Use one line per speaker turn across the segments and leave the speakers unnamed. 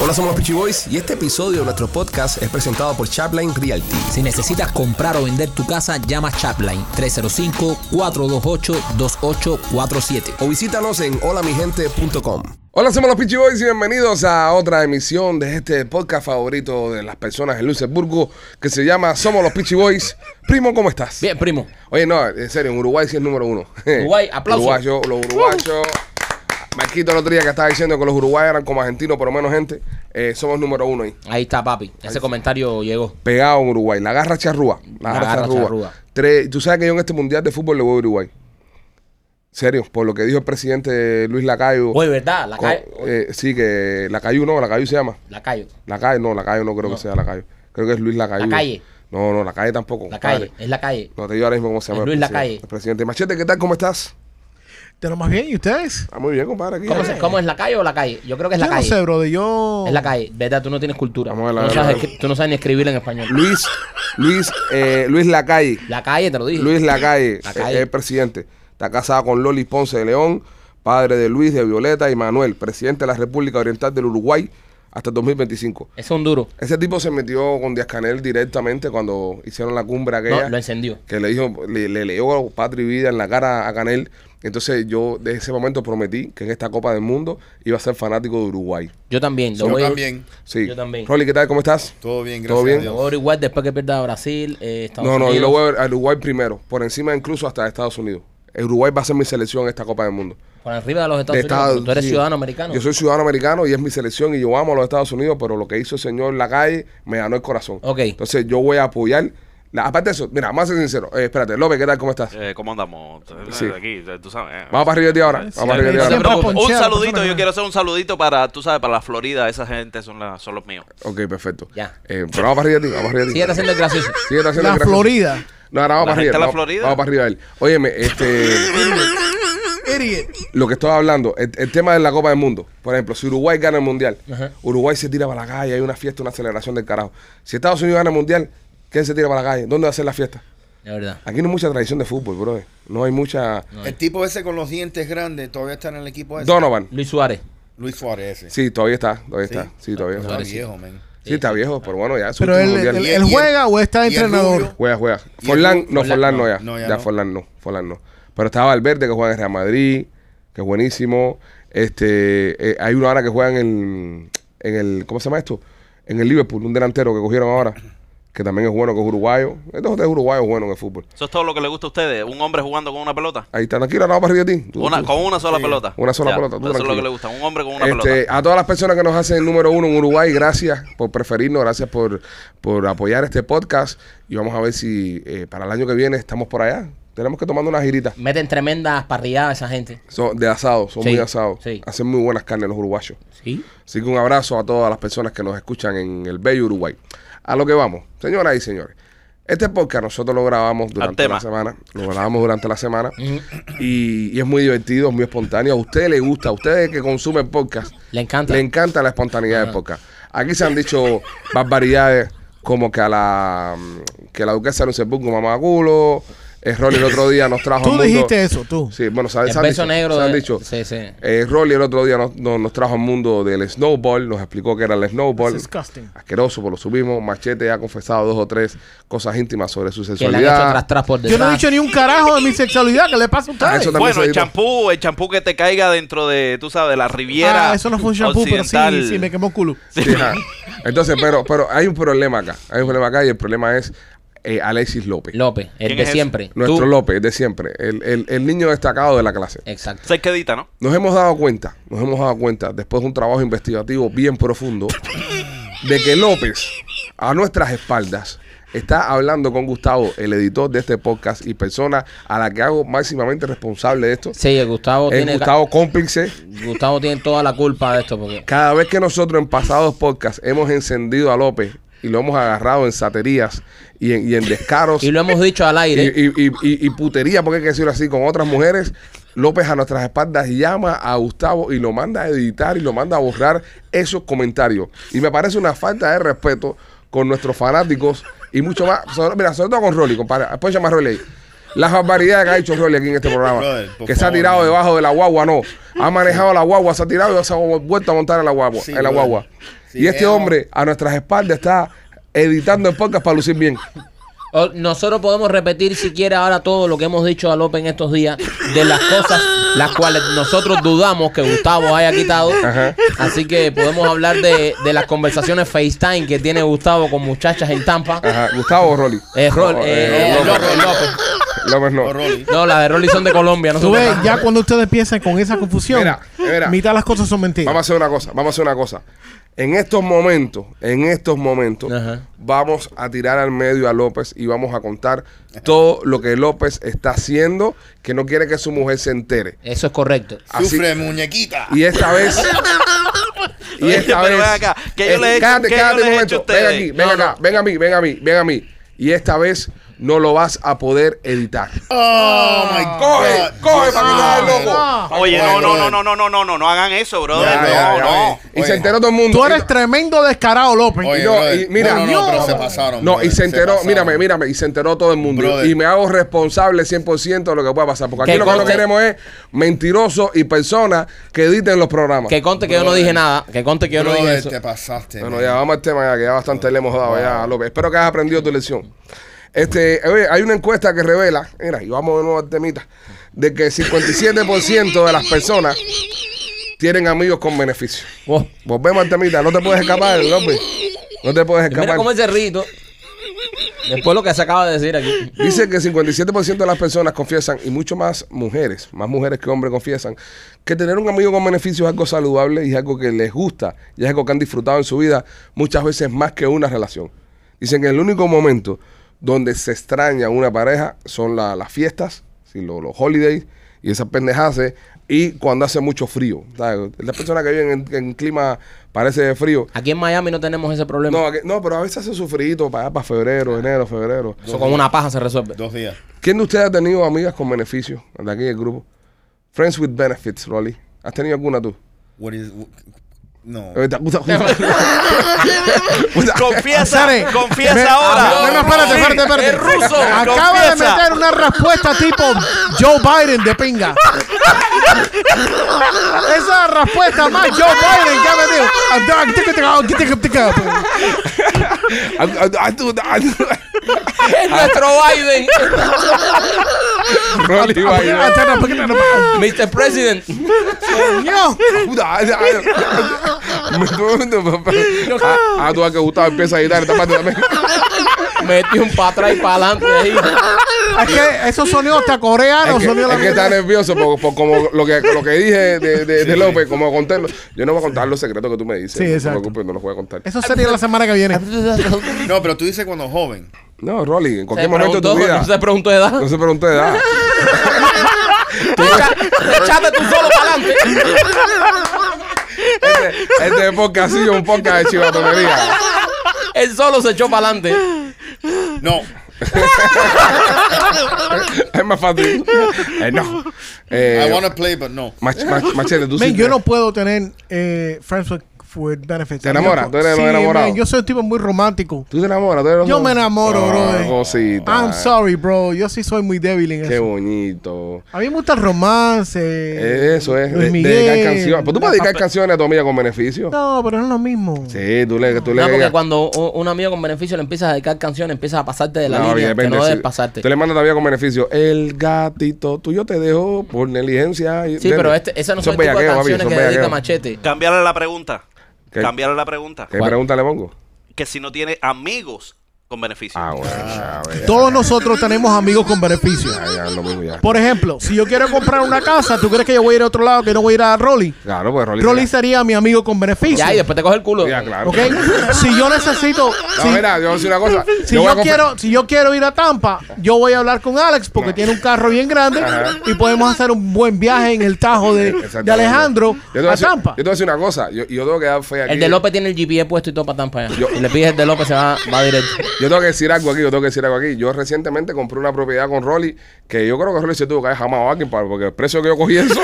Hola, somos los Peachy Boys y este episodio de nuestro podcast es presentado por Chapline Realty.
Si necesitas comprar o vender tu casa, llama Chapline 305-428-2847.
O visítanos en holamigente.com. Hola, somos los Peachy Boys y bienvenidos a otra emisión de este podcast favorito de las personas en Luxemburgo que se llama Somos los Peachy Boys. Primo, ¿cómo estás?
Bien, primo.
Oye, no, en serio, en Uruguay sí es número uno.
Uruguay, aplauso.
Uruguayo, los uruguayos. Marquito el otro día que estaba diciendo que los uruguayos eran como argentinos, por lo menos gente. eh, somos número uno ahí.
Ahí está, papi. Ese comentario llegó.
Pegado en Uruguay. La garra charrúa. La, garra, charrúa. Tres- Tú sabes que yo en este mundial de fútbol le voy a Uruguay. Serio, por lo que dijo el presidente Luis Lacayo.
Oye, ¿verdad? La
Con-
calle.
eh, sí, que Lacayo no, Lacayo se llama.
La calle.
Lacayo no, Lacayo no creo que sea Lacayo. Creo que es Luis Lacayo.
Lacalle.
No, no, Lacalle tampoco.
La
compadre.
calle. Es la calle.
No te digo ahora mismo cómo se
Es
llama. el
Luis
presidente.
Lacalle.
El presidente Machete, ¿qué tal? ¿Cómo estás?
Te lo más bien, ¿y ustedes?
Ah, muy bien, compadre. Aquí.
¿Cómo, se- cómo es la calle o la calle? Yo creo que es la
yo
calle.
no sé, brother, yo...
Es la calle. ¿Verdad? Tú no tienes cultura.
Vamos a la-
tú, no
la-
sabes, escri- tú no sabes ni escribir en español.
Luis, Luis, eh, Luis Lacalle.
La calle, te lo dije.
Luis Lacalle, eh,
Lacalle.
es el presidente. Está casado con Loli Ponce de León, padre de Luis, de Violeta y Manuel, presidente de la República Oriental del Uruguay hasta el 2025.
Ese es un duro.
Ese tipo se metió con Díaz Canel directamente cuando hicieron la cumbre aquella.
No, lo encendió.
que le dijo, le, le leyó Patria y Vida en la cara a Canel. Entonces yo desde ese momento prometí que en esta Copa del Mundo iba a ser fanático de Uruguay.
Yo también. Lo
Yo
voy a-
también.
Sí.
Yo también.
Rolly, ¿qué tal? ¿Cómo estás?
Todo bien, gracias
¿Todo bien?
Lo
a Dios.
voy a igual después que pierda Brasil. eh, Estados
no, no, yo
Unidos.
lo voy a ver a Uruguay primero, por encima incluso hasta Estados Unidos. El Uruguay va a ser mi selección en esta Copa del Mundo.
Por arriba de los
De
Estados
Estados-
Unidos. Tú eres
sí.
ciudadano americano.
Yo soy ciudadano americano y es mi selección y yo amo a los Estados Unidos, pero lo que hizo el señor Lacalle me ganó el corazón.
Ok.
Entonces yo voy a apoyar. la- aparte de eso, mira, más sincero. Eh, espérate, López, ¿qué tal? ¿Cómo estás?
Eh, ¿Cómo andamos? Eh,
Sí.
Aquí, eh, tú sabes. eh.
Vamos para arriba de ti ahora. Vamos para arriba de ti
no
ahora.
te preocupes.
Ponchea,
un
la
saludito,
persona-
yo quiero hacer un saludito para, tú sabes, para la Florida, esa gente son, la- son los míos.
Ok, perfecto.
Ya.
Eh, pero vamos para arriba de ti, vamos para arriba de ti.
Sigue haciendo el gracioso.
Síguete haciendo
La
gracioso.
Florida.
No, ahora vamos
La
para
gente
arriba.
de la
vamos-
Florida.
Vamos para arriba de él. Óyeme, este,
Idiot.
lo que estaba hablando, el, el tema de la Copa del Mundo. Por ejemplo, si Uruguay gana el Mundial, Uruguay se tira para la calle, hay una fiesta, una celebración del carajo. Si Estados Unidos gana el Mundial, ¿quién se tira para la calle? ¿Dónde va a ser la fiesta?
De verdad.
Aquí no hay mucha tradición de fútbol, bro. No hay mucha...
El tipo ese con los dientes grandes todavía está en el equipo ese.
Donovan.
Luis Suárez.
Luis Suárez ese.
Sí, todavía está, todavía
Sí.
está. Sí, todavía
Está
está.
viejo, men.
Sí, está viejo, pero bueno, ya es su
Pero
último
él,
Mundial.
él-
Y
él
el-
juega o está
y el
entrenador.
rubio.
Juega, juega.
¿Y
Forlán,
el-
no, Forlán no ya.
no,
ya
ya no.
Forlán no, Forlán no. Pero estaba Valverde que juega en Real Madrid, que es buenísimo. Este, eh, hay uno ahora que juega en el, en el, ¿cómo se llama esto? En el Liverpool, un delantero que cogieron ahora, que también es bueno, que es uruguayo. Estos tres uruguayos buenos en el fútbol.
Eso es todo lo que le gusta a ustedes, un hombre jugando con una pelota.
Ahí está, tranquilo, no para arriba de ti. Tú-
Una,
tú.
con una sola pelota.
Una sola
Ya,
pelota, tú
Eso es lo
tranquilo.
que le gusta, un hombre con una
Este,
pelota.
a todas las personas que nos hacen el número uno en Uruguay, gracias por preferirnos, gracias por, por apoyar este podcast. Y vamos a ver si eh, para el año que viene estamos por allá. Tenemos que tomando unas giritas.
Meten tremendas parrilladas esa gente.
Son de asado, son
Sí,
muy asados.
sí.
Hacen muy buenas carnes los uruguayos.
Sí.
Así que un abrazo a todas las personas que nos escuchan en el bello Uruguay. A lo que vamos, señoras y señores. Este podcast nosotros lo grabamos durante
tema.
la semana. Lo grabamos durante la semana. y, y es muy divertido, es muy espontáneo. A ustedes les gusta, a ustedes que consumen podcast,
Le encanta.
le encanta la espontaneidad del podcast. Aquí se han dicho barbaridades como que a la que la duquesa de Luxemburgo mamá culo. El Rolly el otro día nos trajo al
Tú
mundo-
dijiste eso, tú.
Sí, bueno, se,
El
se han
beso
dicho,
negro
se han
de-
dicho.
sí, sí.
Eh, Rolly el otro día nos, nos- nos trajo al mundo del snowball, nos explicó que era el snowball.
That's disgusting.
Asqueroso, por lo subimos. Machete ha confesado dos o tres cosas íntimas sobre su
Que le han hecho
sexualidad.
tras tras por
Yo
detrás.
no he dicho ni un carajo de mi sexualidad. ¿Qué le pasa
Ah,
a ustedes?
eso también
bueno,
se
el
editó.
champú, el champú que te caiga dentro de, tú sabes, de la riviera
Ah, eso no fue un shampoo, pero sí,
occidental.
sí, me quemó el culo.
Sí, ajá. Entonces, pero, pero hay un problema acá. Hay un problema acá y el problema es eh, Alexis López.
López, el
¿Quién
de
es ese?
siempre.
Nuestro
Tú.
López, de siempre. El, el- el niño destacado de la clase.
Exacto.
Cerquedita, ¿no?
Nos hemos dado cuenta, nos hemos dado cuenta, después de un trabajo investigativo bien profundo, de que López, a nuestras espaldas, está hablando con Gustavo, el editor de este podcast y persona a la que hago máximamente responsable de esto.
Sí, el Gustavo
Es
tiene.
Gustavo cómplice.
Gustavo tiene toda la culpa de esto porque.
Cada vez que nosotros en pasados podcasts hemos encendido a López y lo hemos agarrado en saterías y en, y en descaros
Y lo hemos dicho al aire.
y, y- y- y- y putería, porque hay que decirlo así, con otras mujeres, López a nuestras espaldas llama a Gustavo y lo manda a editar y lo manda a borrar esos comentarios. Y me parece una falta de respeto con nuestros fanáticos y mucho más. sobre- mira, sobre todo con Rolly, compadre. Después llama a Rolly ahí. las barbaridades que ha hecho Rolly aquí en este programa.
Brother, por
que se ha
favor,
tirado
man.
debajo de la guagua, no. Ha manejado la guagua, se ha tirado y se ha vuelto a montar en la guagua.
Sí,
en la
brother.
guagua.
Sí,
y este
veo.
hombre a nuestras espaldas está editando el podcast para lucir bien.
O- Nosotros podemos repetir si quiere ahora todo lo que hemos dicho a López en estos días de las cosas las cuales nosotros dudamos que Gustavo haya quitado.
Ajá.
Así que podemos hablar de, de las conversaciones FaceTime que tiene Gustavo con muchachas en Tampa.
Ajá. Gustavo o Rolly.
Eh, Rol-
No,
eh,
eh,
eh,
López.
López, López.
López no.
O Rolly.
No, las de Rolly son de Colombia. No
Tú
son de
ves,
Tampa.
ya cuando ustedes piensan con esa confusión,
Mira, mira.
mitad de las cosas son mentiras.
Vamos a hacer una cosa, vamos a hacer una cosa. En estos momentos, en estos momentos,
Ajá.
vamos a tirar al medio a López y vamos a contar todo lo que López está haciendo que no quiere que su mujer se entere.
Eso es correcto.
Así-
Sufre muñequita.
Y esta vez. y
Oye,
esta
pero
vez.
ven acá, ¿qué yo
eh,
les he hecho-
cállate,
qué yo
cállate
les
un
he
momento.
hecho a
Ven
ustedes?
aquí, ven
No,
acá,
no.
ven a mí, ven a mí, ven a mí. Y esta vez no lo vas a poder editar.
Oh my God.
Ah. Coge, coge, para quitar el
no,
loco.
no.
Ah,
Oye, no,
Oye,
no, no,
brother.
no, no, no, no, no, no hagan eso,
Ya,
brother.
ya, ya,
No, no.
oye. Y se enteró todo el mundo.
Tú eres tremendo descarado, López.
Y
Oye,
no,
brother.
y mira,
no, no, no, pero
no.
se pasaron.
No, y
brother,
se enteró,
pasaron.
mírame, mírame, y se enteró todo el mundo.
Brother.
Y me hago responsable 100% de lo que pueda pasar. Porque aquí
Que
lo que no
conste-
queremos es mentirosos y personas que editen los programas.
Que conte que yo no
Brother.
dije nada. Que conte que yo no dije
Brother,
eso.
te pasaste.
Bueno,
man.
ya vamos al tema, ya que ya bastante le hemos dado ya, López. Espero que hayas aprendido tu lección. Este, oye, hay una encuesta que revela, mira, y vamos de nuevo al temita, de que 57% de las personas tienen amigos con beneficio.
Wow.
Volvemos al temita, no te puedes escapar, López. No te puedes
Mira
escapar.
cómo ese rito. Después lo que se acaba de decir aquí.
Dice que 57% de las personas confiesan, y mucho más mujeres, más mujeres que hombres confiesan, que tener un amigo con beneficios es algo saludable y es algo que les gusta y es algo que han disfrutado en su vida muchas veces más que una relación. Dicen que el único momento donde se extraña una pareja son la- las fiestas, sí, lo- los, holidays y esas pendejadas eh, y cuando hace mucho frío. ¿sabes? Las personas que viven en, en clima parece de frío.
Aquí en Miami no tenemos ese problema.
No, aquí- no, pero a veces hace sufridito para allá, para febrero, enero, febrero.
eso con una paja se resuelve.
Dos días.
¿Quién de ustedes ha tenido amigas con beneficios de aquí del grupo? Friends with benefits, Rolly. ¿Has tenido alguna tú?
What is- No.
Eh, ¿Te gusta?
Confiesa,
Azare, ve-
confiesa ahora.
No, no, espérate,
Sí,
espérate, espérate.
El ruso.
Acaba de
confiesa.
meter una respuesta tipo Joe Biden de pinga. Esa respuesta más Joe Biden que ha Ah, metido.
Es nuestro Biden.
Rolly Biden.
Ah,
Mr. President.
Coño.
ah, Me pregunto, papá. Ah, ah, tú vas que Gustavo empieza a editar esta parte también.
Metió un para atrás y para adelante ahí.
Es que esos sonidos hasta
Es
coreanos
que,
sonidos
es que está nervioso por, por como lo que, lo que dije de, de- de López, como contarlo. Yo no voy a contar los secretos que tú me dices.
Sí,
no te
exacto.
preocupes, no los voy a contar.
Eso sería la semana que viene.
No, pero tú dices cuando joven.
No, Rolly, en cualquier
Se
momento de tu
preguntó-
vida.
No se preguntó de edad.
No se pregunte de edad.
Tú echa- Echaste tú solo para adelante.
Este, este podcast ha sido un podcast de chivatonería.
Él solo se echó para adelante.
No.
Es más fácil. Eh, no. Eh,
I wanna play, but no.
mach- mach- machete, tú
Men,
sí.
yo no puedo tener eh, friends with, with benefits.
¿Te enamoras? ¿Tú eres
sí,
enamorado?
man, yo soy un tipo muy romántico.
Tú te enamoras. tú eres
Yo
un-
me enamoro,
Ah,
brother.
Cosita.
I'm sorry, bro. Yo sí soy muy débil en
Qué
eso.
bonito.
A mí me gusta el romance.
Eh, Eso es.
Luis
de-
Miguel,
dedicar canciones. Pues tú puedes
la
dedicar
papa-
canciones a tu amiga con beneficio.
No, pero no es lo mismo.
Sí, tú le. Tú le
No, porque cuando u- un amigo con beneficio le empieza a dedicar canciones, empieza a pasarte de la
No,
línea, que
depende,
no
sí.
debes pasarte.
Tú le mandas todavía con beneficio. El gatito tuyo te dejó por negligencia.
Sí, pero este, esas no son el tipo de canciones que dedica Machete.
Cambiarle la pregunta.
¿Qué?
Cambiarle la pregunta.
¿Qué pregunta le pongo?
Que si no tiene amigos con beneficio.
Ah, bueno. ya, ya, ya.
Todos nosotros tenemos amigos con beneficio.
Ya, lo mismo, ya.
Por ejemplo, si yo quiero comprar una casa, ¿tú crees que yo voy a ir a otro lado, que no voy a ir a Rolly?
Claro, pues Rolly.
Rolly sería mi amigo con beneficio.
Ya, y después te coge el culo.
Ya, claro.
¿Ok? Si yo necesito...
No,
si-
mira, yo voy a decir una cosa.
Si
voy
yo,
a comprar-
quiero, si yo quiero ir a Tampa, yo voy a hablar con Alex porque tiene un carro bien grande
Ajá.
y podemos hacer un buen viaje en el Tajo eh, de,
Exactamente.
de Alejandro
Yo te voy
a
decir-
Tampa.
Yo te voy a decir una cosa. Yo, yo tengo que dar fe aquí.
El de López tiene el GPS puesto y todo para Tampa allá.
Yo-
Y le pides el de López, se va, va directo.
Yo tengo que decir algo aquí. Yo tengo que decir algo aquí. Yo recientemente compré una propiedad con Rolly que yo creo que Rolly se tuvo que haber jamás a alguien para, porque el precio que yo cogí eso.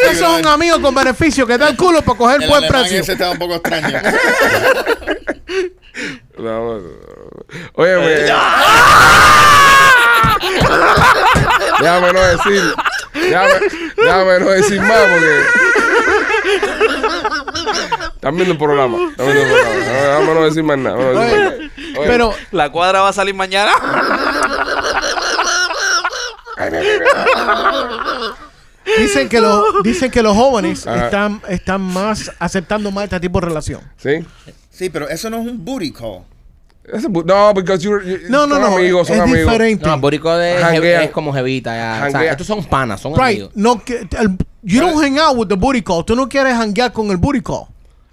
Eso es un amigo con beneficio que da el culo para coger
El
buen
alemán
precio.
ese estaba un poco extraño.
No, Oye, pues.
Eh,
déjame no decir. Déjame, déjame no decir más porque. Están viendo el programa. Están viendo el programa. Déjame no decir más nada. déjame no decir más nada. Oye,
Pero,
La cuadra va a salir mañana.
Dicen que, los, dicen que los jóvenes
Ajá.
están, están más aceptando más este tipo de relación.
¿Sí?
Sí, pero eso no es un booty call.
That's a bu- No, because you're, you-
No, no,
son
no.
amigos, son
es
amigos.
diferente.
No, Boricua de-
Janguea.
es como jevita. Ya. O sea,
Janguea.
estos son panas, son
right.
amigos.
No, que- el- you don't
Eh.
hang out with the booty call. Tú no quieres hanguear con el booty call.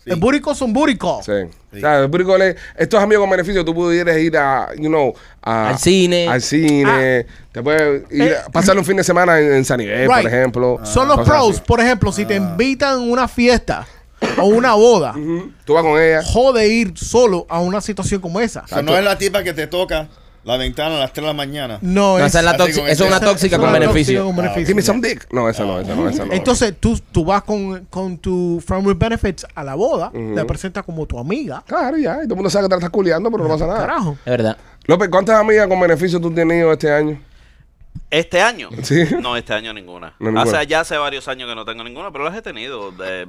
El booty call son booty call.
Sí. O sea, el público le- estos amigos con beneficio, tú pudieras ir a, you know, a-
Al cine.
Al cine. Te puedes ir
Ah. Eh,
a pasar un fin de semana en, en San Miguel,
Right. Ah.
por ejemplo.
Son los
Cosas
pros.
Ah, así. Ah.
Por ejemplo, si te invitan a una fiesta o una boda,
Ujú. Tú vas con ella.
jode ir solo a una situación como esa.
O sea, no es la tipa que te toca la ventana a las 3 de la mañana.
No,
No, esa es, la
Así
tóxica-
con
esa es una
esa-
tóxica
es
con
una
beneficio.
tóxica con beneficio.
Give me some dick. No, esa no, esa no, esa no.
Entonces tú, tú vas con, con tu friend with benefits a la boda, te presentas como tu amiga.
Claro, ya. y Todo el mundo sabe que te la estás culiando, pero no pasa nada.
Carajo.
Es verdad.
López, ¿cuántas amigas con beneficio tú has tenido este año?
¿Este año?
Sí.
No, este año ninguna.
No, ninguna.
Hace, ya hace varios años que no tengo ninguna, pero las he tenido. de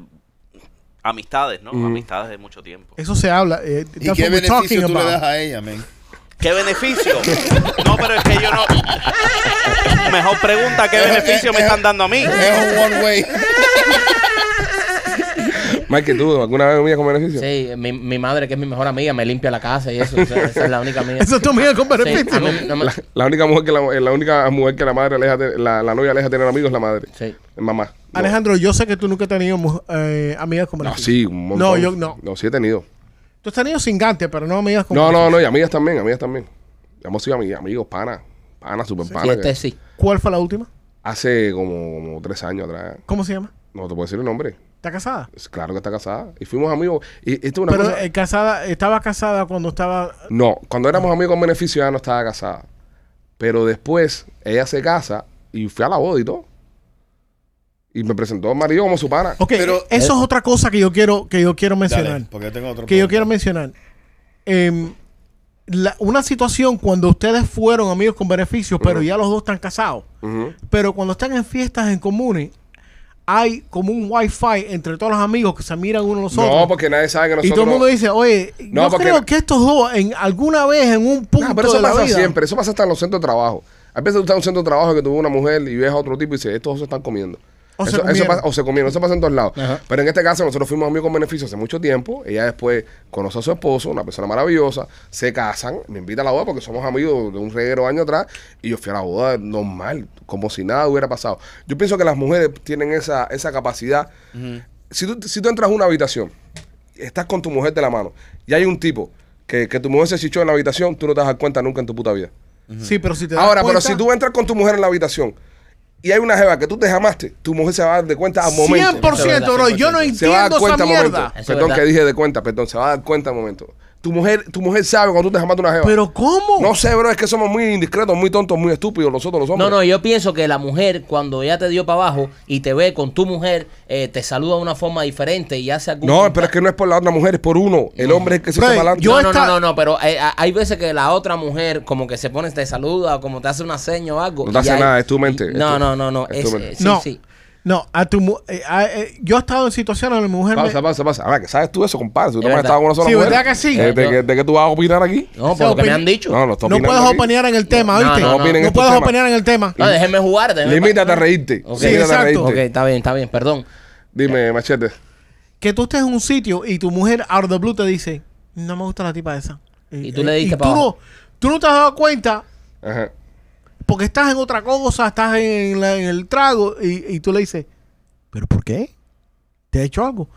amistades, ¿no? Amistades de mucho tiempo.
Eso se habla. eh,
¿Y
that's
qué
what we're talking
beneficio tú le
about.
das a ella, men?
¿Qué beneficio? No, pero es que yo no. Mejor pregunta, ¿qué beneficio me están dando a mí?
Es un one way.
Mike, ¿tú alguna vez amigas con beneficio?
Sí, mi, mi madre, que es mi mejor amiga, me limpia la casa y eso. o sea, esa es la única amiga.
Eso es tu amiga con
Sí, a
beneficio.
mí no me-
La, la única mujer que la, eh, la única mujer que la madre aleja de- la, la novia aleja de tener amigos es la madre.
Sí.
Es mamá. No.
Alejandro, yo sé que tú nunca has tenido mu- eh, amigas con
No, Ah,
beneficio.
sí, un montón.
No, yo no.
No, sí he tenido.
Tú has tenido cingantes, pero no amigas con
No,
beneficio.
no, no, y amigas también, amigas también. Hemos sido ami- amigos, panas, panas, super
Sí,
panas.
este sí.
¿Cuál fue la última?
Hace como, como tres años atrás.
¿Cómo se llama?
No te puedo decir el nombre.
¿Está casada?
Es claro que está casada. Y fuimos amigos. Y esto es una
Pero
cosa-
eh, casada, estaba casada cuando estaba.
No, cuando éramos amigos con beneficio ya no estaba casada. Pero después ella se casa y fui a la boda y todo. Y me presentó al marido como su pana.
Ok,
Pero-
eso es otra cosa que yo quiero, que yo quiero mencionar.
Dale, porque yo tengo otro
que yo
punto.
quiero mencionar. Em, la- una situación cuando ustedes fueron amigos con beneficios, pero ya los dos están casados.
Ujú.
Pero cuando están en fiestas en comunes, hay como un wifi entre todos los amigos que se miran uno a los otros.
No, porque nadie sabe que
y
nosotros.
todo el mundo dice, oye,
No,
yo
porque-
creo que estos dos en alguna vez, en un punto
No, pero
de
eso
la
pasa
vida,
siempre. Eso pasa hasta en los centros de trabajo. A veces tú estás en un centro de trabajo que tuvo una mujer y ves a otro tipo y dices, estos dos se están comiendo.
O se
eso, eso
comieron.
pasa- o se comieron, eso pasa en todos lados.
Ajá.
Pero en este caso, nosotros fuimos amigos con beneficio hace mucho tiempo. Ella después conoce a su esposo, una persona maravillosa. Se casan, me invita a la boda porque somos amigos de un reguero año atrás. Y yo fui a la boda normal, como si nada hubiera pasado. Yo pienso que las mujeres tienen esa, esa capacidad. si, tú, si tú entras a una habitación estás con tu mujer de la mano y hay un tipo que, que tu mujer se chichó en la habitación, tú no te das cuenta nunca en tu puta vida.
Sí, pero si te das
Ahora, pero
cuenta,
si tú entras con tu mujer en la habitación y hay una jeva que tú te jamaste, tu mujer se va a dar de cuenta al momento.
100%, bro, yo no
se va a
entiendo
dar cuenta
esa
al momento.
mierda.
es
Perdón
verdad.
que dije de cuenta, perdón, se va a dar cuenta al momento. Tu mujer, tu mujer sabe cuando tú te jamaste una jeva.
Pero ¿cómo?
no sé, bro, es que somos muy indiscretos, muy tontos, muy estúpidos nosotros los hombres.
No, no, yo pienso que la mujer, cuando ya te dio para abajo y te ve con tu mujer, eh, te saluda de una forma diferente y hace algún.
No, pero es que no es por la otra mujer, es por uno. El hombre es el que se echa
Fred,
para adelante.
yo
no, no,
esta-
no, no, no, pero eh, a- hay veces que la otra mujer como que se pone, te saluda o como te hace una seña o algo.
No te
y
hace
hay-
nada, es tu mente,
y-
es
No,
tu-
no, no, no.
es tu
es-
mente.
eh, sí,
No,
sí.
no, a tu mu- eh, a- eh, yo he estado en situaciones donde mi mujer me-
Pasa, pasa, pasa. Ahora, que sabes tú eso, compadre. Si tú
Es
no has
verdad.
estado con una sola
Sí,
mujer.
¿verdad que sí?
eh, ¿De, qué- de qué tú vas a opinar aquí?
No, por lo que me han dicho.
No,
No,
no está
No
opinando
puedes
aquí.
opinear en el tema,
no,
¿viste?
no,
No,
no. No
opinen en
puedes
tu
opinear en el tema.
déjeme jugar. déjeme-
Limítate a reírte.
Ok.
Limítate
Sí,
a reírte.
exacto.
Ok, está bien, está bien, perdón.
Dime, machete.
Que tú estés en un sitio y tu mujer out of the blue te dice, no me gusta la tipa esa. Eh,
Y tú le diste pa'
tú no,
abajo.
tú no te has dado cuenta
Ajá.
porque estás en otra cosa, estás en, la- en el trago y, y tú le dices, ¿pero por qué? ¿Te he hecho algo?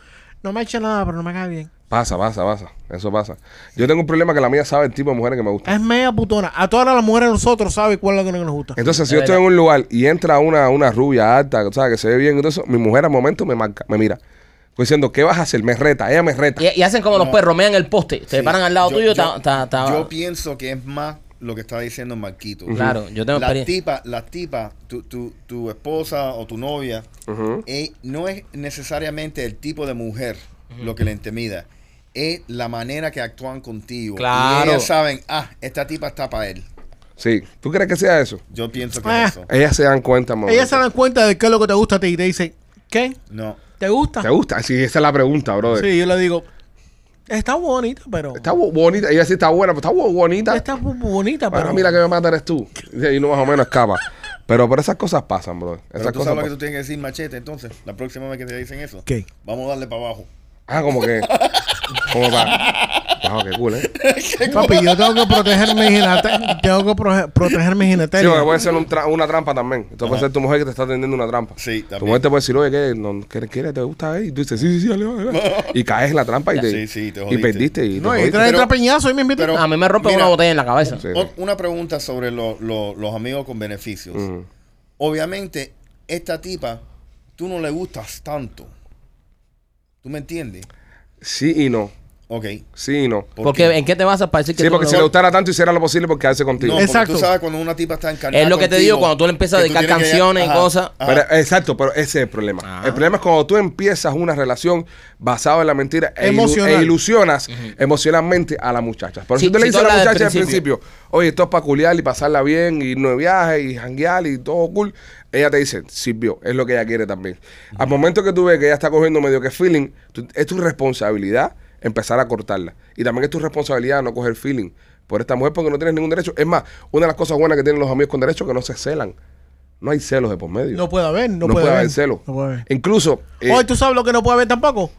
No me ha hecho nada, pero no me cae bien.
Pasa, pasa, pasa. Eso pasa. Yo tengo un problema que la mía sabe el tipo de mujeres que me gusta.
Es media putona. A todas las mujeres de nosotros sabe cuál es la que no nos gusta.
Entonces, si yo
Es
estoy en
verdad.
un lugar y entra una, una rubia alta, o sea, que se ve bien, entonces mi mujer al momento me marca, me mira. Como Diciendo, ¿qué vas a hacer? Me reta, ella me reta.
Y, e y hacen como los perros, mean el poste. Se
Sí.
paran al lado
Yo-
tuyo.
yo-
ta- ta- ta-
Yo pienso que es más lo que está diciendo Marquito.
Claro, yo tengo
la
experiencia.
tipa, la tipa, tu, tu, tu esposa o tu novia,
Ujú.
eh, no es necesariamente el tipo de mujer lo que le intimida. es la manera que actúan contigo.
Claro.
Y ellas saben, ah, esta tipa está para él.
Sí. ¿Tú crees que sea eso?
Yo pienso que
Ah.
es eso.
Ellas se dan cuenta, amor.
Ellas se dan cuenta de qué es lo que te gusta a ti y te dicen, ¿qué?
No.
¿Te gusta?
¿Te gusta? Sí, esa es la pregunta, brother.
Sí, yo le digo, está bonita, pero...
Está bu- bonita. Ella sí está buena, pero está bu- bonita.
Está bu- bonita,
Para
pero...
mí la que me mata eres tú. Y uno más o menos escapa. Pero, pero esas cosas pasan, brother.
Pero
Esas
tú sabes
cosas
lo que tú
pasan.
tienes que decir, machete, entonces. La próxima vez que te dicen eso.
¿Qué?
Vamos a darle para abajo.
Ah, como que. Como para. Bajo, qué cool, ¿eh?
Papi, yo tengo que proteger mis genitales. Tengo que proje- proteger mis
Sí, porque
genitales.
puede ser un tra- una trampa también. Entonces puede ser tu mujer que te está tendiendo una trampa.
Sí, también.
Tu mujer te puede decir, oye, ¿qué? No, ¿qué, qué te gusta? eh? Y tú dices, sí, sí, sí, dale, dale, dale. Y caes en la trampa y te,
Sí, sí, te
y
jodiste.
perdiste. Y te
no, y
jodiste.
trae
Pero-
trapeñazo y me Ah, invita.
pero-
A mí me rompe
Mira.
una botella en la cabeza.
Sí.
O- Una pregunta sobre lo- lo- los amigos con beneficios.
Mm.
Obviamente, esta tipa, tú no le gustas tanto. ¿Tú me entiendes?
Sí y no.
Ok.
Sí y no.
¿por
porque
qué?
¿en qué te vas a parecer que
Sí,
tú
porque
no
si
le
le
gustas?
gustara tanto, hiciera lo posible por quedarse contigo.
No, porque
Exacto.
tú sabes cuando una tipa está encarnada.
Es lo que te digo, cuando tú le empiezas a
que tú
dedicar
tienes que-
canciones y
ajá,
cosas.
Ah.
ajá.
Pero, exacto, pero ese es el problema. El problema es cuando tú empiezas una relación basada en la mentira e, ilu-
Emocional.
e ilusionas emocionalmente a la muchacha. Pero
Sí,
si tú le
si tú
dices a la
hablas del
muchacha al principio, oye, esto es para culiar y pasarla bien y no de viaje y janguear y todo cool, ella te dice, sirvió, es lo que ella quiere también. Al momento que tú ves que ella está cogiendo medio que feeling, tú- es tu responsabilidad empezar a cortarla. Y también es tu responsabilidad no coger feeling por esta mujer porque no tienes ningún derecho. Es más, una de las cosas buenas que tienen los amigos con derecho es que no se celan. No hay celos de por medio.
No puede haber, no,
No, puede haber celo.
No puede haber.
Incluso. eh,
Hoy, ¿tú sabes lo que no puede haber tampoco?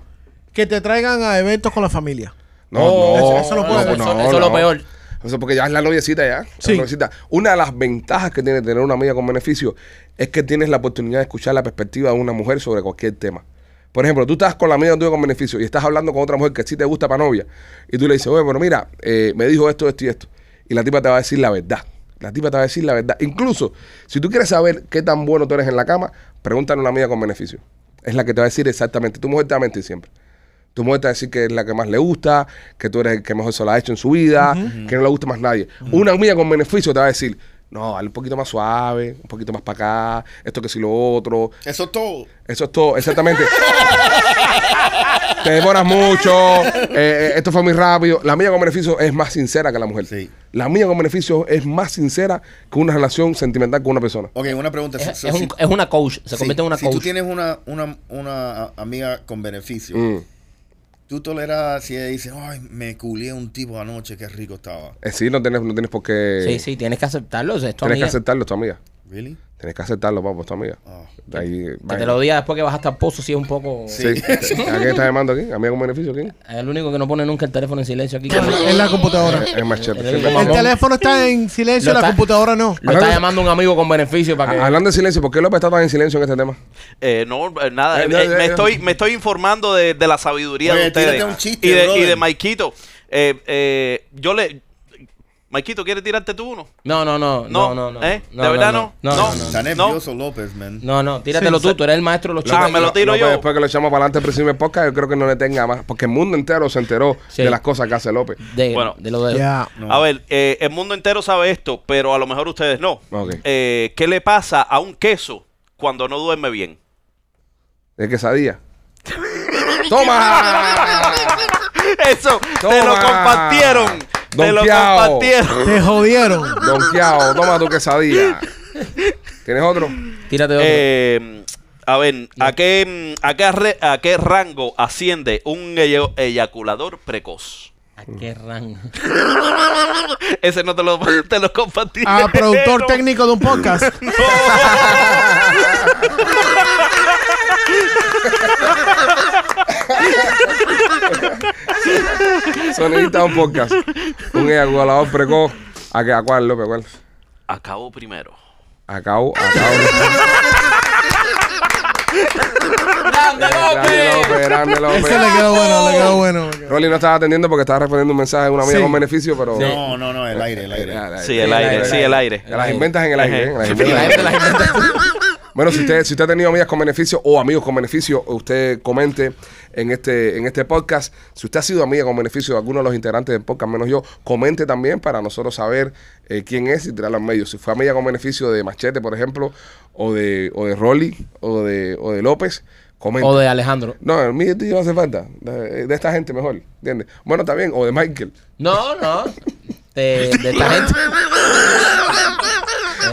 Que te traigan a eventos con la familia.
no,
Oh,
no,
eso- eso no puede haber.
no,
Eso- eso es lo
no.
peor.
Eso porque ya es la noviecita ya. la
Sí.
noviecita. Una de las ventajas que tiene tener una amiga con beneficio es que tienes la oportunidad de escuchar la perspectiva de una mujer sobre cualquier tema. Por ejemplo, tú estás con la amiga tuya con beneficio y estás hablando con otra mujer que sí te gusta para novia y tú le dices, oye, pero mira, eh, me dijo esto, esto y esto. Y la tipa te va a decir la verdad. La tipa te va a decir la verdad. Incluso, si tú quieres saber qué tan bueno tú eres en la cama, pregúntale a una amiga con beneficio. Es la que te va a decir exactamente. Tu mujer te va a mentir siempre. Tu mujer te va a decir que es la que más le gusta, que tú eres el que mejor se la ha hecho en su vida, que no le gusta más nadie. Una amiga con beneficio te va a decir, no, dale un poquito más suave, un poquito más para acá, esto que si lo otro.
Eso es todo.
Eso es todo, exactamente. te demoras mucho, eh, eh, esto fue muy rápido. La amiga con beneficio es más sincera que la mujer.
Sí.
La amiga con beneficio es más sincera que una relación sentimental con una persona.
Ok, una pregunta.
Es,
Si-
es
si-
un- es una coach, se
si-
convierte en una
si
coach.
tú tienes una, una, una a- amiga con beneficio,
Mm.
tú toleras si ella dice, ay, me culié un tipo anoche, qué rico estaba.
Eh, sí, no tienes, no tienes por qué...
Sí, sí, tienes que aceptarlo. o sea, es tu
Tienes que
amiga.
aceptarlo, es tu amiga.
¿Really?
Tienes que aceptarlo, papo, es tu amiga.
Ah.
De ahí,
Que
vaya.
te lo diga después que vas hasta el pozo, si es un poco.
Sí. ¿A quién estás llamando aquí? ¿A mí con beneficio quién?
Es el único que no pone nunca el teléfono en silencio aquí.
Es la computadora.
Es machete.
El
siempre
único
El
mamón.
mamón.
teléfono está en silencio,
Lo
la
está-
computadora no.
Lo está llamando un amigo con beneficio para que.
Ha- Ah, Hablando de silencio, ¿por qué López está tan en silencio en este tema?
Eh, no, eh, nada.
Eh,
eh,
no,
eh,
no,
me,
no.
Estoy, me estoy informando de, de la sabiduría
Oye,
de ustedes.
tírate un chiste,
y, de, y
brother.
de Maikito. Eh, eh, yo le. Maikito, ¿quieres tirarte tú uno?
No, no, no. No,
No,
no, no.
¿eh?
No,
¿De verdad
No,
no?
no. no,
Está
no.
nervioso López, man.
No, no, tíratelo
Sí,
tú,
se-
tú eres el maestro de los
Ah,
chistes.
me lo tiro
López,
yo.
Después que lo echamos para adelante el principio del podcast, yo creo que no le tenga más. Porque el mundo entero se enteró
Sí.
de las cosas que hace López.
De,
Bueno.
de lo de.
Ya.
No.
A ver, eh, el mundo entero sabe esto, pero a lo mejor ustedes no.
Ok.
Eh, ¿Qué le pasa a un queso cuando no duerme bien?
De quesadilla. ¡Toma!
Eso, te lo
Toma.
compartieron. Te lo
Donkeado.
compartieron.
Te jodieron.
Donkeado, toma tu quesadilla. ¿Tienes otro?
Tírate otro.
Eh, a ver, ¿a qué, a, qué re- ¿a qué rango asciende un eyo- eyaculador precoz?
¿A qué rango?
Ese no te lo, te lo compartí.
A Ah, productor
No.
técnico de un podcast.
Sonidita de un podcast. Un E eyaculador precoz. ¿A, qué, a cuál, López? ¿A cuál?
Acabo primero.
Acabo, acabo. Grande López, grande López.
Ese le quedó bueno, le quedó bueno.
Rolly no estaba atendiendo porque estaba respondiendo un mensaje de una amiga
Sí.
con beneficio, pero.
No, no, no, el aire, el aire.
Eh, eh,
Sí, el aire, sí, el aire.
Te las inventas en el aire. ¿eh? Las
Sí,
inventas en el
la
aire.
gente la gente-
Bueno, si usted, si usted ha tenido amigas con beneficio o amigos con beneficio, usted comente en este, en este podcast. Si usted ha sido amiga con beneficio de alguno de los integrantes del podcast, menos yo, comente también para nosotros saber eh, quién es y tirarlo al medio. Si fue amiga con beneficio de Machete, por ejemplo, o de, o de Rolly, o de, o de López, Comenta.
O de Alejandro.
No, a mí esto no hace falta. De, de esta gente mejor, ¿entiendes? Bueno, está bien, o de Michael.
No, no. De, de esta gente. De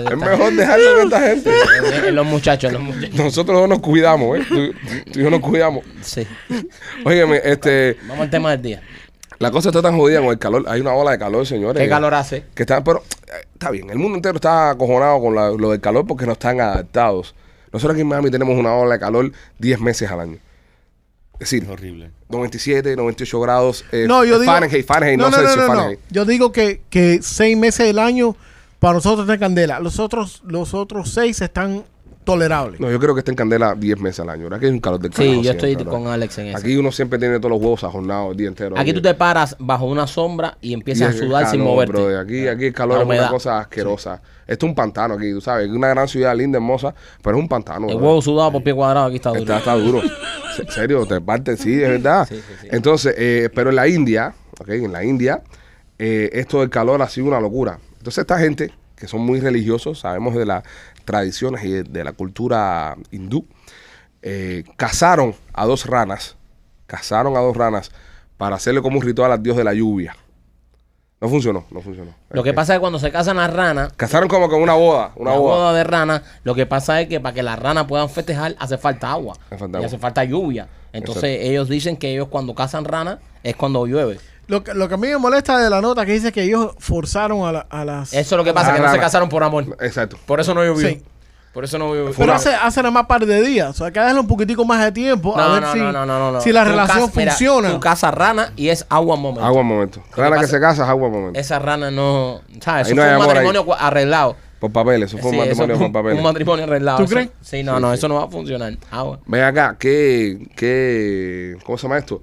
esta
Es mejor dejarlo de esta gente.
gente. Eh, Los muchachos, los muchachos.
Nosotros dos nos cuidamos, ¿eh? Tú, tú y yo nos cuidamos.
Sí.
Óigame, este,
Vamos al tema del día.
la cosa está tan jodida con el calor. Hay una ola de calor, señores.
¿Qué calor hace?
que están, pero eh, está bien, el mundo entero está acojonado con la- lo del calor porque no están adaptados. Nosotros aquí en Miami tenemos una ola de calor 10 meses al año. Es decir,
Es horrible.
97, 98 grados eh,
No, yo digo.
Fahrenheit, Fahrenheit, no,
no, no,
Celsius,
no, no.
Fahrenheit.
Yo digo que, que seis meses del año para nosotros está en candela. Los otros, los otros seis están tolerables.
No, yo creo que está en candela 10 meses al año. ¿Verdad que es un calor del
Sí,
carajo
yo
siempre,
estoy
¿verdad?
con Alex en eso.
Aquí uno siempre tiene todos los huevos ajornados el día entero.
Aquí tú te paras bajo una sombra y
Y
empiezas
el
a sudar sin
calor,
moverte.
brother. Aquí, aquí el calor
La
es una
humedad.
cosa asquerosa. Esto es un pantano aquí, tú sabes. Es una gran ciudad linda, hermosa, pero es un pantano.
El
brother.
huevo sudado por pie cuadrado aquí está duro.
Está, está duro. Se- En serio, te parte, sí, es verdad.
Sí, sí, sí.
Entonces, eh, pero en la India, ok, en la India, eh, esto del calor ha sido una locura. Entonces, esta gente, que son muy religiosos, sabemos de las tradiciones y de, de la cultura hindú, eh, cazaron a dos ranas, cazaron a dos ranas para hacerle como un ritual al dios de la lluvia. No funcionó, no funcionó.
Lo que
Eh,
pasa es que cuando se casan las ranas,
Cazaron como con una boda, una,
una
boda.
boda de ranas, lo que pasa es que para que las ranas puedan festejar hace falta agua.
Hace falta
y
agua.
hace falta lluvia. Entonces ellos dicen que ellos cuando cazan ranas es cuando llueve.
Lo, que- lo que a mí me molesta de la nota que dice que ellos forzaron a, la- a las.
Eso es lo que pasa,
Las
que no se
ranas.
casaron por amor.
Exacto.
Por eso no llovió.
Sí.
Por eso no llovió.
Fue
pero
una-
hace, hace nada más par de días. O sea, hay que darle un poquitico más de tiempo a
No,
ver
no,
si,
no, no, no, no.
si la
Tú
relación
cazas- mira,
funciona.
tú cazas rana y es agua al momento.
Agua un momento.
que
Rana que
pasa-
se casa, es agua un momento.
Esa rana no. ¿Sabes?
Ahí
Eso
no
fue
hay
un
amor ahí.
matrimonio cua- arreglado.
Por papeles, eso fue
Sí,
un
eso
matrimonio
fue
con papeles.
Un matrimonio arreglado.
¿Tú
Eso-
crees?
Sí, no, no, eso no va a funcionar. Agua.
Ven acá, ¿qué, qué, ¿cómo se llama esto?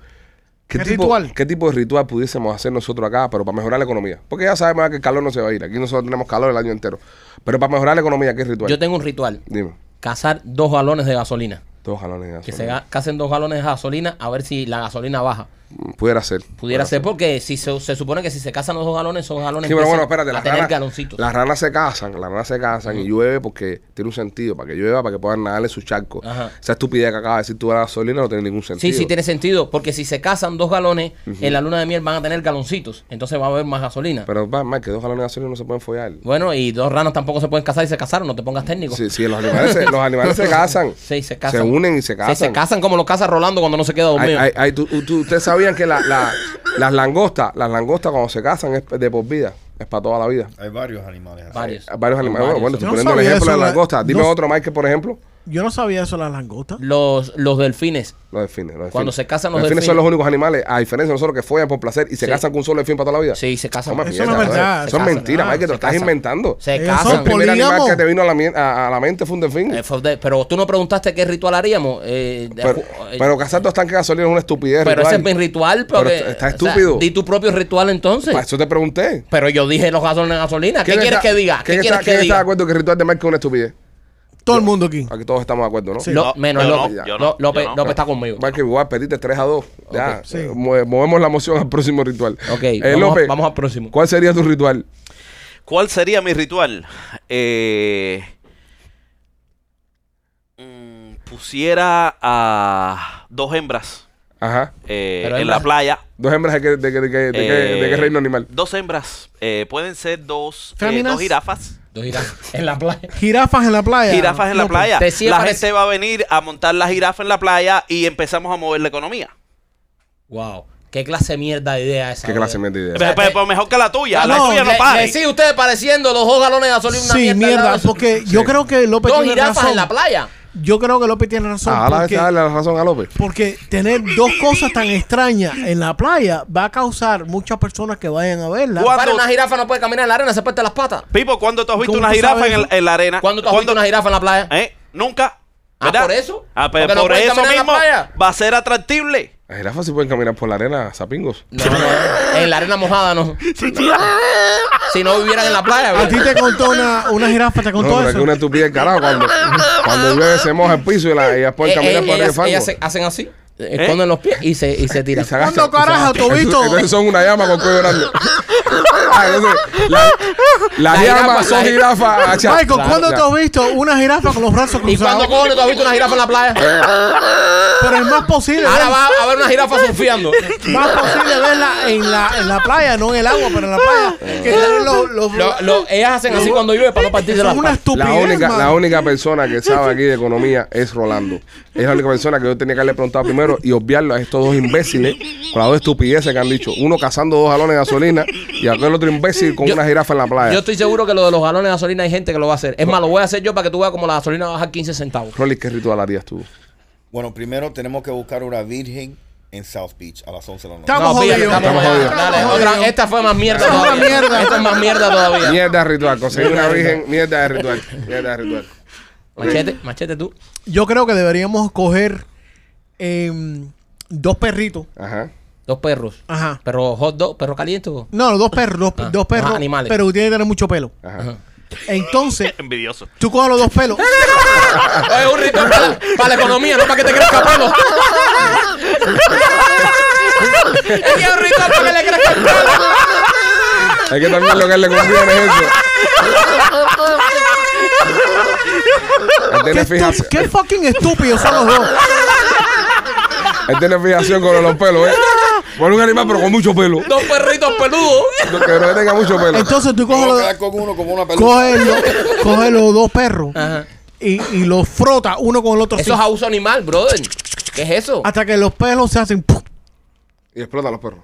¿Qué
tipo,
ritual?
¿Qué tipo de ritual pudiésemos hacer nosotros acá, pero para mejorar la economía? Porque ya sabemos que el calor no se va a ir. Aquí nosotros tenemos calor el año entero. Pero para mejorar la economía, ¿qué ritual?
Yo tengo un ritual.
Dime.
Cazar dos galones de gasolina.
Dos galones de
Que
gasolina.
se ga- casen dos galones de gasolina a ver si la gasolina baja.
Mm, Pudiera ser.
Pudiera ser porque si se, se supone que si se casan los dos galones, esos galones
Sí, pero bueno,
empiezan
espérate.
a
Las
tener
ranas,
galoncitos.
las ranas se casan. Las ranas se casan y llueve porque tiene un sentido. Para que llueva, para que puedan nadarle su charco.
Ajá.
Esa estupidez que acaba de decir tú de la gasolina no tiene ningún
Sí,
sentido.
sí tiene sentido, porque si se casan dos galones, en la luna de miel van a tener galoncitos, entonces va a haber más gasolina.
Pero, va, más que dos galones de gasolina no se pueden follar.
bueno, y dos ranas tampoco se pueden casar y se casaron, no te pongas técnico.
Sí, sí, los animales se, los animales se casan.
Sí, se casan.
Se unen y se casan.
Sí, se casan como lo casa Rolando cuando no se queda
Ay,
dormido.
ay, ay, tú- tú- Ustedes sabían que la- la- las langostas, las langostas cuando se casan es de por vida, es para toda la vida.
Hay varios animales así.
Varios.
Varios animales. Bueno, bueno,
Varios.
estoy
Yo no
poniendo el
sabía
ejemplo de las
eso, la-
langostas. Dime
no-
otro, Mike, por ejemplo.
Yo no sabía eso de las langostas.
Los, los delfines.
Los delfines. los
Cuando
delfines.
se casan los
delfines. son
delfines.
los únicos animales, a diferencia de nosotros, que follan por placer y se
Sí.
casan con un solo delfín para toda la vida.
Sí, se casan.
Toma
Eso no
mierda,
es verdad,
brother.
se
Eso es
casan.
mentira, Mike, que te
Se
lo estás
casan.
inventando.
Se
Ellos
casan.
son
El primer animal
Polígamo.
que te vino a la, mien- a, a la mente fue un delfín.
Eh, fue de- Pero tú no preguntaste qué ritual haríamos. eh, de-
Pero,
eh,
pero cazar dos tanques de gasolina es una estupidez.
pero ese
ritual.
es mi ritual.
Pero
porque-
está- está
o sea,
estúpido.
di tu propio ritual entonces.
Para eso te pregunté.
Pero yo dije los gasones de gasolina. ¿Qué
¿Quién
quieres
está-
que diga? ¿Qué
quién
quieres
está-
que
quién está de
diga?
acuerdo que el ritual de Mike es una estupidez?
Todo el mundo aquí.
Aquí todos estamos de acuerdo, ¿no?
Sí.
Lo- menos
Yo no,
López.
yo no,
Lo- López,
yo no.
López está conmigo.
Mike, igual pediste 3 a 2. Ya,
sí.
eh, mue- movemos la moción al próximo ritual.
Ok,
Eh,
vamos,
López,
vamos al próximo.
¿cuál sería tu ritual?
¿Cuál sería mi ritual? Eh, mm, pusiera a dos hembras
Ajá.
eh,
Pero
en
hembras-
la playa.
Dos hembras de qué, de qué- de qué- de qué-
Eh,
de qué reino animal.
Dos hembras. eh, pueden ser dos, eh,
Féminas. Ah,
dos jirafas.
Dos jirafas en la playa.
Jirafas en la playa.
Jirafas en la
López.
playa.
Te sí
la
aparece-
gente va a venir a montar la jirafa en la playa y empezamos a mover la economía.
Wow. ¿Qué clase de mierda de idea esa?
¿Qué clase
brother?
de idea?
Pero, pero- pero mejor que la tuya. Ah, la
No,
tuya no
Le-
para.
le sigue ustedes pareciendo los dos galones de gasolina una
Sí,
mierda. al lado
mierda.
de su-
Porque yo creo que López
Dos
tiene
jirafas
razón.
en la playa.
Yo creo que López tiene razón.
Ah, ahora
porque-
dale la razón a López.
Porque tener dos cosas tan extrañas en la playa va a causar muchas personas que vayan a verla.
¿Cuál?
Para
Cuando-
una jirafa no puede caminar en la arena, se parte las patas.
Pipo, ¿cuándo tú has visto
¿Cómo
una
tú
jirafa
sabes
en, el-
eso?
en la arena?
¿Cuándo tú has visto una jirafa en la playa?
¿Eh? Nunca.
Ah, ¿por eso?
Ah, pero
Porque no
por
pueden
eso
caminar en la
mismo
playa.
va a ser atractible.
Las jirafas sí pueden caminar por la arena, sapingos.
No, no, en la arena mojada no. Si no vivieran en la playa,
A ti
brother.
te contó una, una jirafa, te
No,
contó
pero es que
eso.
una estupidez, carajo. Cuando, cuando llueve se moja el piso y, la, ellas pueden
Eh, eh,
caminar por arriba
ellas,
del fango.
ellas se- hacen así.
¿Eh?
esconden los pies y se, y se tiran.
se agachan,
¿Cuándo carajo
se-
tú
entonces-
visto?
Entonces son una llama con cuello grande. Ah, entonces, la- las
La
llamas
jirafa,
son
la-
jirafas achadas.
Michael, ¿cuándo
Ya.
tú has visto una jirafa con los brazos
¿Y cuando
cruzados?
cojones tú has visto una jirafa en la playa?
¿Eh? Pero es más posible,
Ahora
ver-
va a haber una jirafa surfeando.
más posible verla en la, en la playa, no en el agua, pero en la playa. Que ver los, los-
Ah. Lo- lo- ellas hacen así cuando llueve para no partirse
eso
la
es una
una...
estupidez,
La única,
mano.
la única persona que sabe aquí de economía es Rolando. Es la única persona que yo tenía que haberle preguntado primero y obviarlo a estos dos imbéciles con las dos estupideces que han dicho. Uno cazando dos galones de gasolina y aquel otro imbécil con
Yo-
una jirafa en la playa.
Yo estoy seguro que lo de los galones de gasolina hay gente que lo va a hacer. Es más, lo voy a hacer yo para que tú veas como la gasolina baja 15 centavos.
Rolly, ¿qué ritual harías tú?
Bueno, primero tenemos que buscar una virgen en South Beach a las 11 de la noche.
Estamos
no, fíjate,
jodidos.
estamos
Estamos
jodidos. Dale,
Estamos
otra-
jodidos.
esta fue más mierda
Esta es una
todavía.
mierda.
Esta es más mierda todavía.
Mierda de ritual, conseguir una virgen, mierda de ritual, mierda de ritual.
Machete, machete tú.
Yo creo que deberíamos coger em, dos perritos.
Ajá.
Dos perros.
Ajá.
Perro hot dog, perro caliente. o-
No, dos perros, dos,
Ah,
dos perros,
ajá, animales.
pero tienen que tener mucho pelo.
Ajá.
Entonces,
Envidioso.
tú coges los dos pelos.
O Es un ritual para, para la economía, no para que te crezca pelo. es que es un ritual para que le crezca el pelo.
Hay que también lo que le conviene es eso. Él
¿Qué,
tiene,
estu-
fijación,
qué fucking estúpidos son los dos?
él tiene fijación con los pelos, ¿eh? Por un animal, pero con mucho pelo.
Dos perritos peludos.
No, Que no tenga mucho pelo.
Entonces, tú coges
Vamos a
los,
quedar con uno como una peluca.
coge los, coge los dos perros
Ajá.
y, y los frota uno con el otro.
Eso es
así,
abuso animal, brother. ¿Qué es eso?
Ah,
hasta que los pelos se hacen. ¡puf!
Y explota a los perros.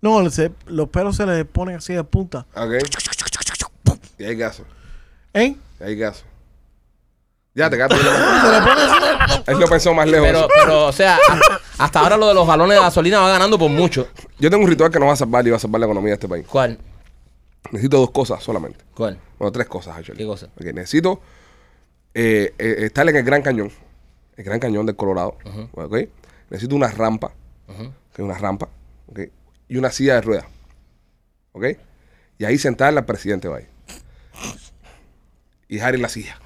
No, se- los pelos se les ponen así de punta.
Ok. Y hay gaso.
¿Eh?
Y hay gaso. Ya te quedaste. Él lo pensó más lejos.
Pero, pero, o sea, a- hasta ahora lo de los galones de gasolina va ganando por mucho.
Yo tengo un ritual que nos va a salvar y va a salvar la economía de este país.
¿Cuál?
Necesito dos cosas solamente.
¿Cuál?
Bueno, tres cosas, actually.
¿Qué cosa?
Ok, necesito eh, eh, estar en el Gran Cañón, el Gran Cañón del Colorado. ok. Necesito una rampa, que es una rampa, ok, y una silla de ruedas. ¿Ok? Y ahí sentarla al presidente Biden. Y dejar en la silla.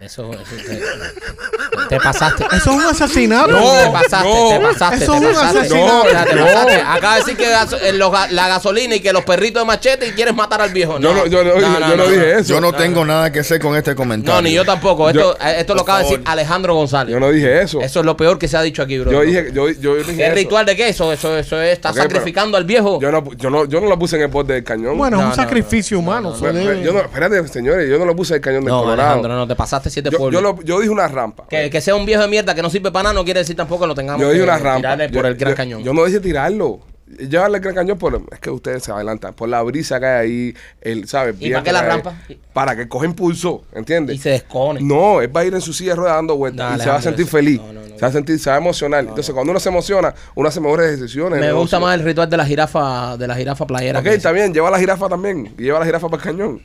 Eso, eso- te, te pasaste.
Eso es un asesinato.
No,
te pasaste,
no.
te pasaste,
Eso
te
es un
pasaste.
asesinato.
O sea, te
No.
pasaste. Acaba de decir que gaso- eh, los ga- la gasolina y que los perritos de machete y quieres matar al viejo.
Yo no, yo no- yo no dije eso.
Yo no tengo nada que hacer con este comentario.
No, ni yo tampoco. Esto,
Yo-
eh, esto lo
por
acaba de decir
favor.
Alejandro González.
Yo no dije eso.
Eso es lo peor que se ha dicho aquí, bro.
yo dije, yo, yo dije
¿Qué
eso.
ritual de qué? Eso, eso, eso es, está
Ok, pero-
sacrificando al viejo.
Yo no, yo, no, yo no lo puse en el borde del cañón.
Bueno,
No,
es
no,
un sacrificio humano.
Pero-
eso
pero
debe-
yo no- espérate, señores, yo no lo puse en el cañón del
No,
Colorado.
Alejandro, no, te pasaste siete
yo,
pueblos.
yo, lo- yo dije una rampa.
que, que sea un viejo de mierda que no sirve para nada no quiere decir tampoco que lo tengamos
Yo
que
dije una rampa.
eh, tirarle
Yo-
por el gran
yo-
cañón.
Yo no dije tirarlo. Llevarle el gran cañón por. Es que ustedes se adelantan. Por la brisa que hay ahí. El, ¿sabes?
¿Y para
viento
qué la
que hay.
rampa?
Para que coja impulso. ¿Entiendes?
y se descone.
No, él va a ir en su silla de ruedas dando vueltas
No,
y se va a
Alejandro,
sentir
eso-
feliz.
no, no, no.
se va a sentir, se va a emocionar. Entonces, cuando uno se emociona, uno hace mejores decisiones.
Me
¿no?
gusta
Sí.
más el ritual de la jirafa, de la jirafa playera.
Ok,
que ese.
está bien, lleva la jirafa también. Y lleva la jirafa para el cañón.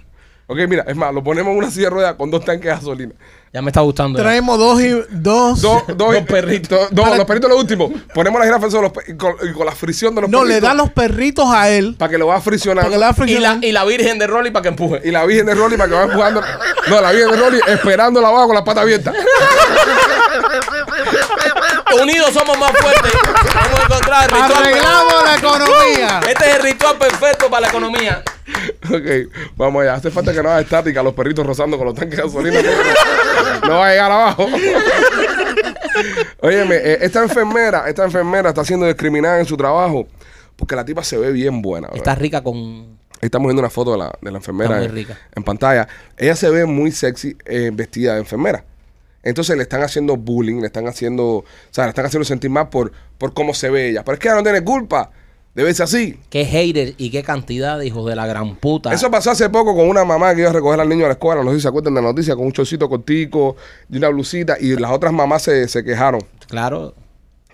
Ok, mira, es más, lo ponemos en una silla de ruedas con dos tanques de gasolina.
Ya me está gustando. ya.
Traemos dos y dos.
Dos, dos,
Dos perritos.
dos- dos, los perritos los últimos. Ponemos la jirafa sobre los pe- y con, y con la fricción de los
no,
perritos.
le da los perritos a él.
Para que lo va friccionando.
Porque le da
Y la,
fricción.
y la virgen de Rolly para que empuje.
Y la Virgen de Rolly para que vaya empujando. No, la Virgen de Rolly esperándola abajo con la pata abierta.
Unidos somos más fuertes. Vamos a encontrar el ritual.
Arreglamos la economía.
Este es el ritual perfecto para la economía.
Ok, vamos allá. Hace falta que no haga estática los perritos rozando con los tanques de gasolina. porque No va a llegar abajo. Óyeme, eh, esta enfermera, esta enfermera está siendo discriminada en su trabajo porque la tipa se ve bien buena. bro.
Está rica con.
Ahí Estamos viendo una foto de la, de la enfermera
Está
en,
muy rica.
en pantalla. Ella se ve muy sexy eh, vestida de enfermera. Entonces le están haciendo bullying, le están haciendo, o sea, le están haciendo sentir mal por, por cómo se ve ella. Pero es que ella no tiene culpa de verse así.
Qué hater y qué cantidad de hijos de la gran puta.
Eso pasó hace poco con una mamá que iba a recoger al niño a la escuela, no sé si se acuerdan de la noticia, con un chorcito cortico y una blusita, y las otras mamás se, se quejaron.
Claro.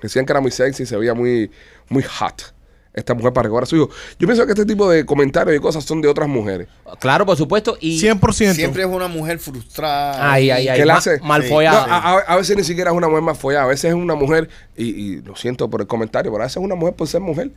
Decían que era muy sexy, se veía muy, muy hot esta mujer para recoger a su hijo. Yo pienso que este tipo de comentarios y cosas son de otras mujeres.
Claro, por supuesto. Y.
100%.
Siempre es una mujer frustrada.
Ay, ay, ay.
¿Qué le
ma-
hace?
Mal
Sí.
No, ah,
follada.
a, a- a veces ni siquiera es una mujer más follada, a veces es una mujer, y, y lo siento por el comentario, pero a veces es una mujer por ser mujer.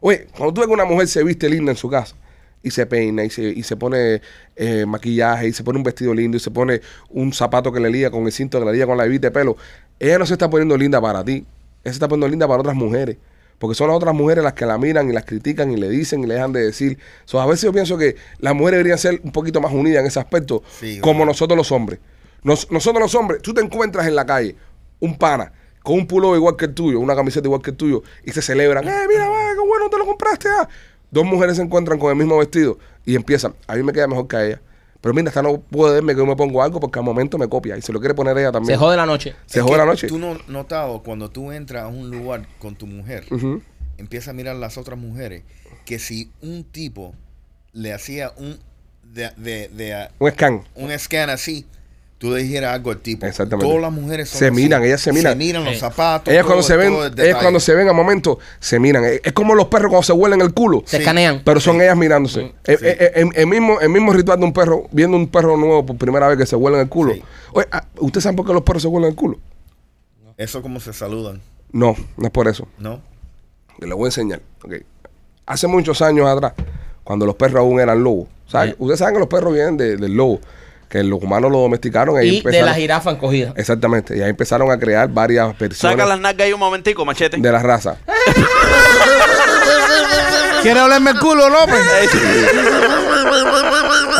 Oye, cuando tú ves que una mujer se viste linda en su casa, y se peina, y se, y se pone eh, maquillaje, y se pone un vestido lindo, y se pone un zapato que le liga con el cinto que le liga con la hebilla de pelo, ella no se está poniendo linda para ti. Ella se está poniendo linda para otras mujeres. Porque son las otras mujeres las que la miran y las critican y le dicen y le dejan de decir. So, a veces yo pienso que las mujeres deberían ser un poquito más unidas en ese aspecto,
Sí,
como
verdad.
nosotros los hombres. Nos- nosotros los hombres, tú te encuentras en la calle un pana con un pulo igual que el tuyo, una camiseta igual que el tuyo, y se celebran. ¡Eh, mira, va, qué bueno te lo compraste! ah". Dos mujeres se encuentran con el mismo vestido y empiezan. A mí me queda mejor que a ella. Pero mira, esta no puede verme que yo me pongo algo porque al momento me copia y se lo quiere poner ella también.
Se jode la noche.
Se
Es
jode
que
la noche.
Tú no notado cuando tú entras a un lugar con tu mujer,
Ujú.
empieza a mirar las otras mujeres, que si un tipo le hacía un de, de- de, ah,
Un scan.
un scan así, tú le dijeras algo al tipo.
Exactamente.
Todas las mujeres son
Se
así.
miran, ellas se miran.
Se miran los
Sí.
zapatos.
Ellas cuando
todo-
se ven,
todo el
ellas
detalle.
cuando se ven a momento, se miran. Es es como los perros cuando se huelen el culo.
Se
Sí.
escanean.
Pero son ellas mirándose. Eh, eh, eh, el, el mismo, el mismo ritual de un perro, viendo un perro nuevo por primera vez que se huelen el culo.
Sí.
Oye, ah, ¿ustedes saben por qué los perros se huelen el culo?
Eso como se saludan,
No, no es por eso.
¿no?
Que Les voy a enseñar. Ok. Hace muchos años atrás, cuando los perros aún eran lobos. ¿saben?
Sí.
Ustedes saben que los perros vienen de- del lobo. Que los humanos lo domesticaron ahí
Y de
empezaron-
la jirafa encogida.
Exactamente. Y ahí empezaron a crear varias personas
Saca las nalgas ahí un momentico, machete.
de la raza.
¿Quiere olerme el culo, López?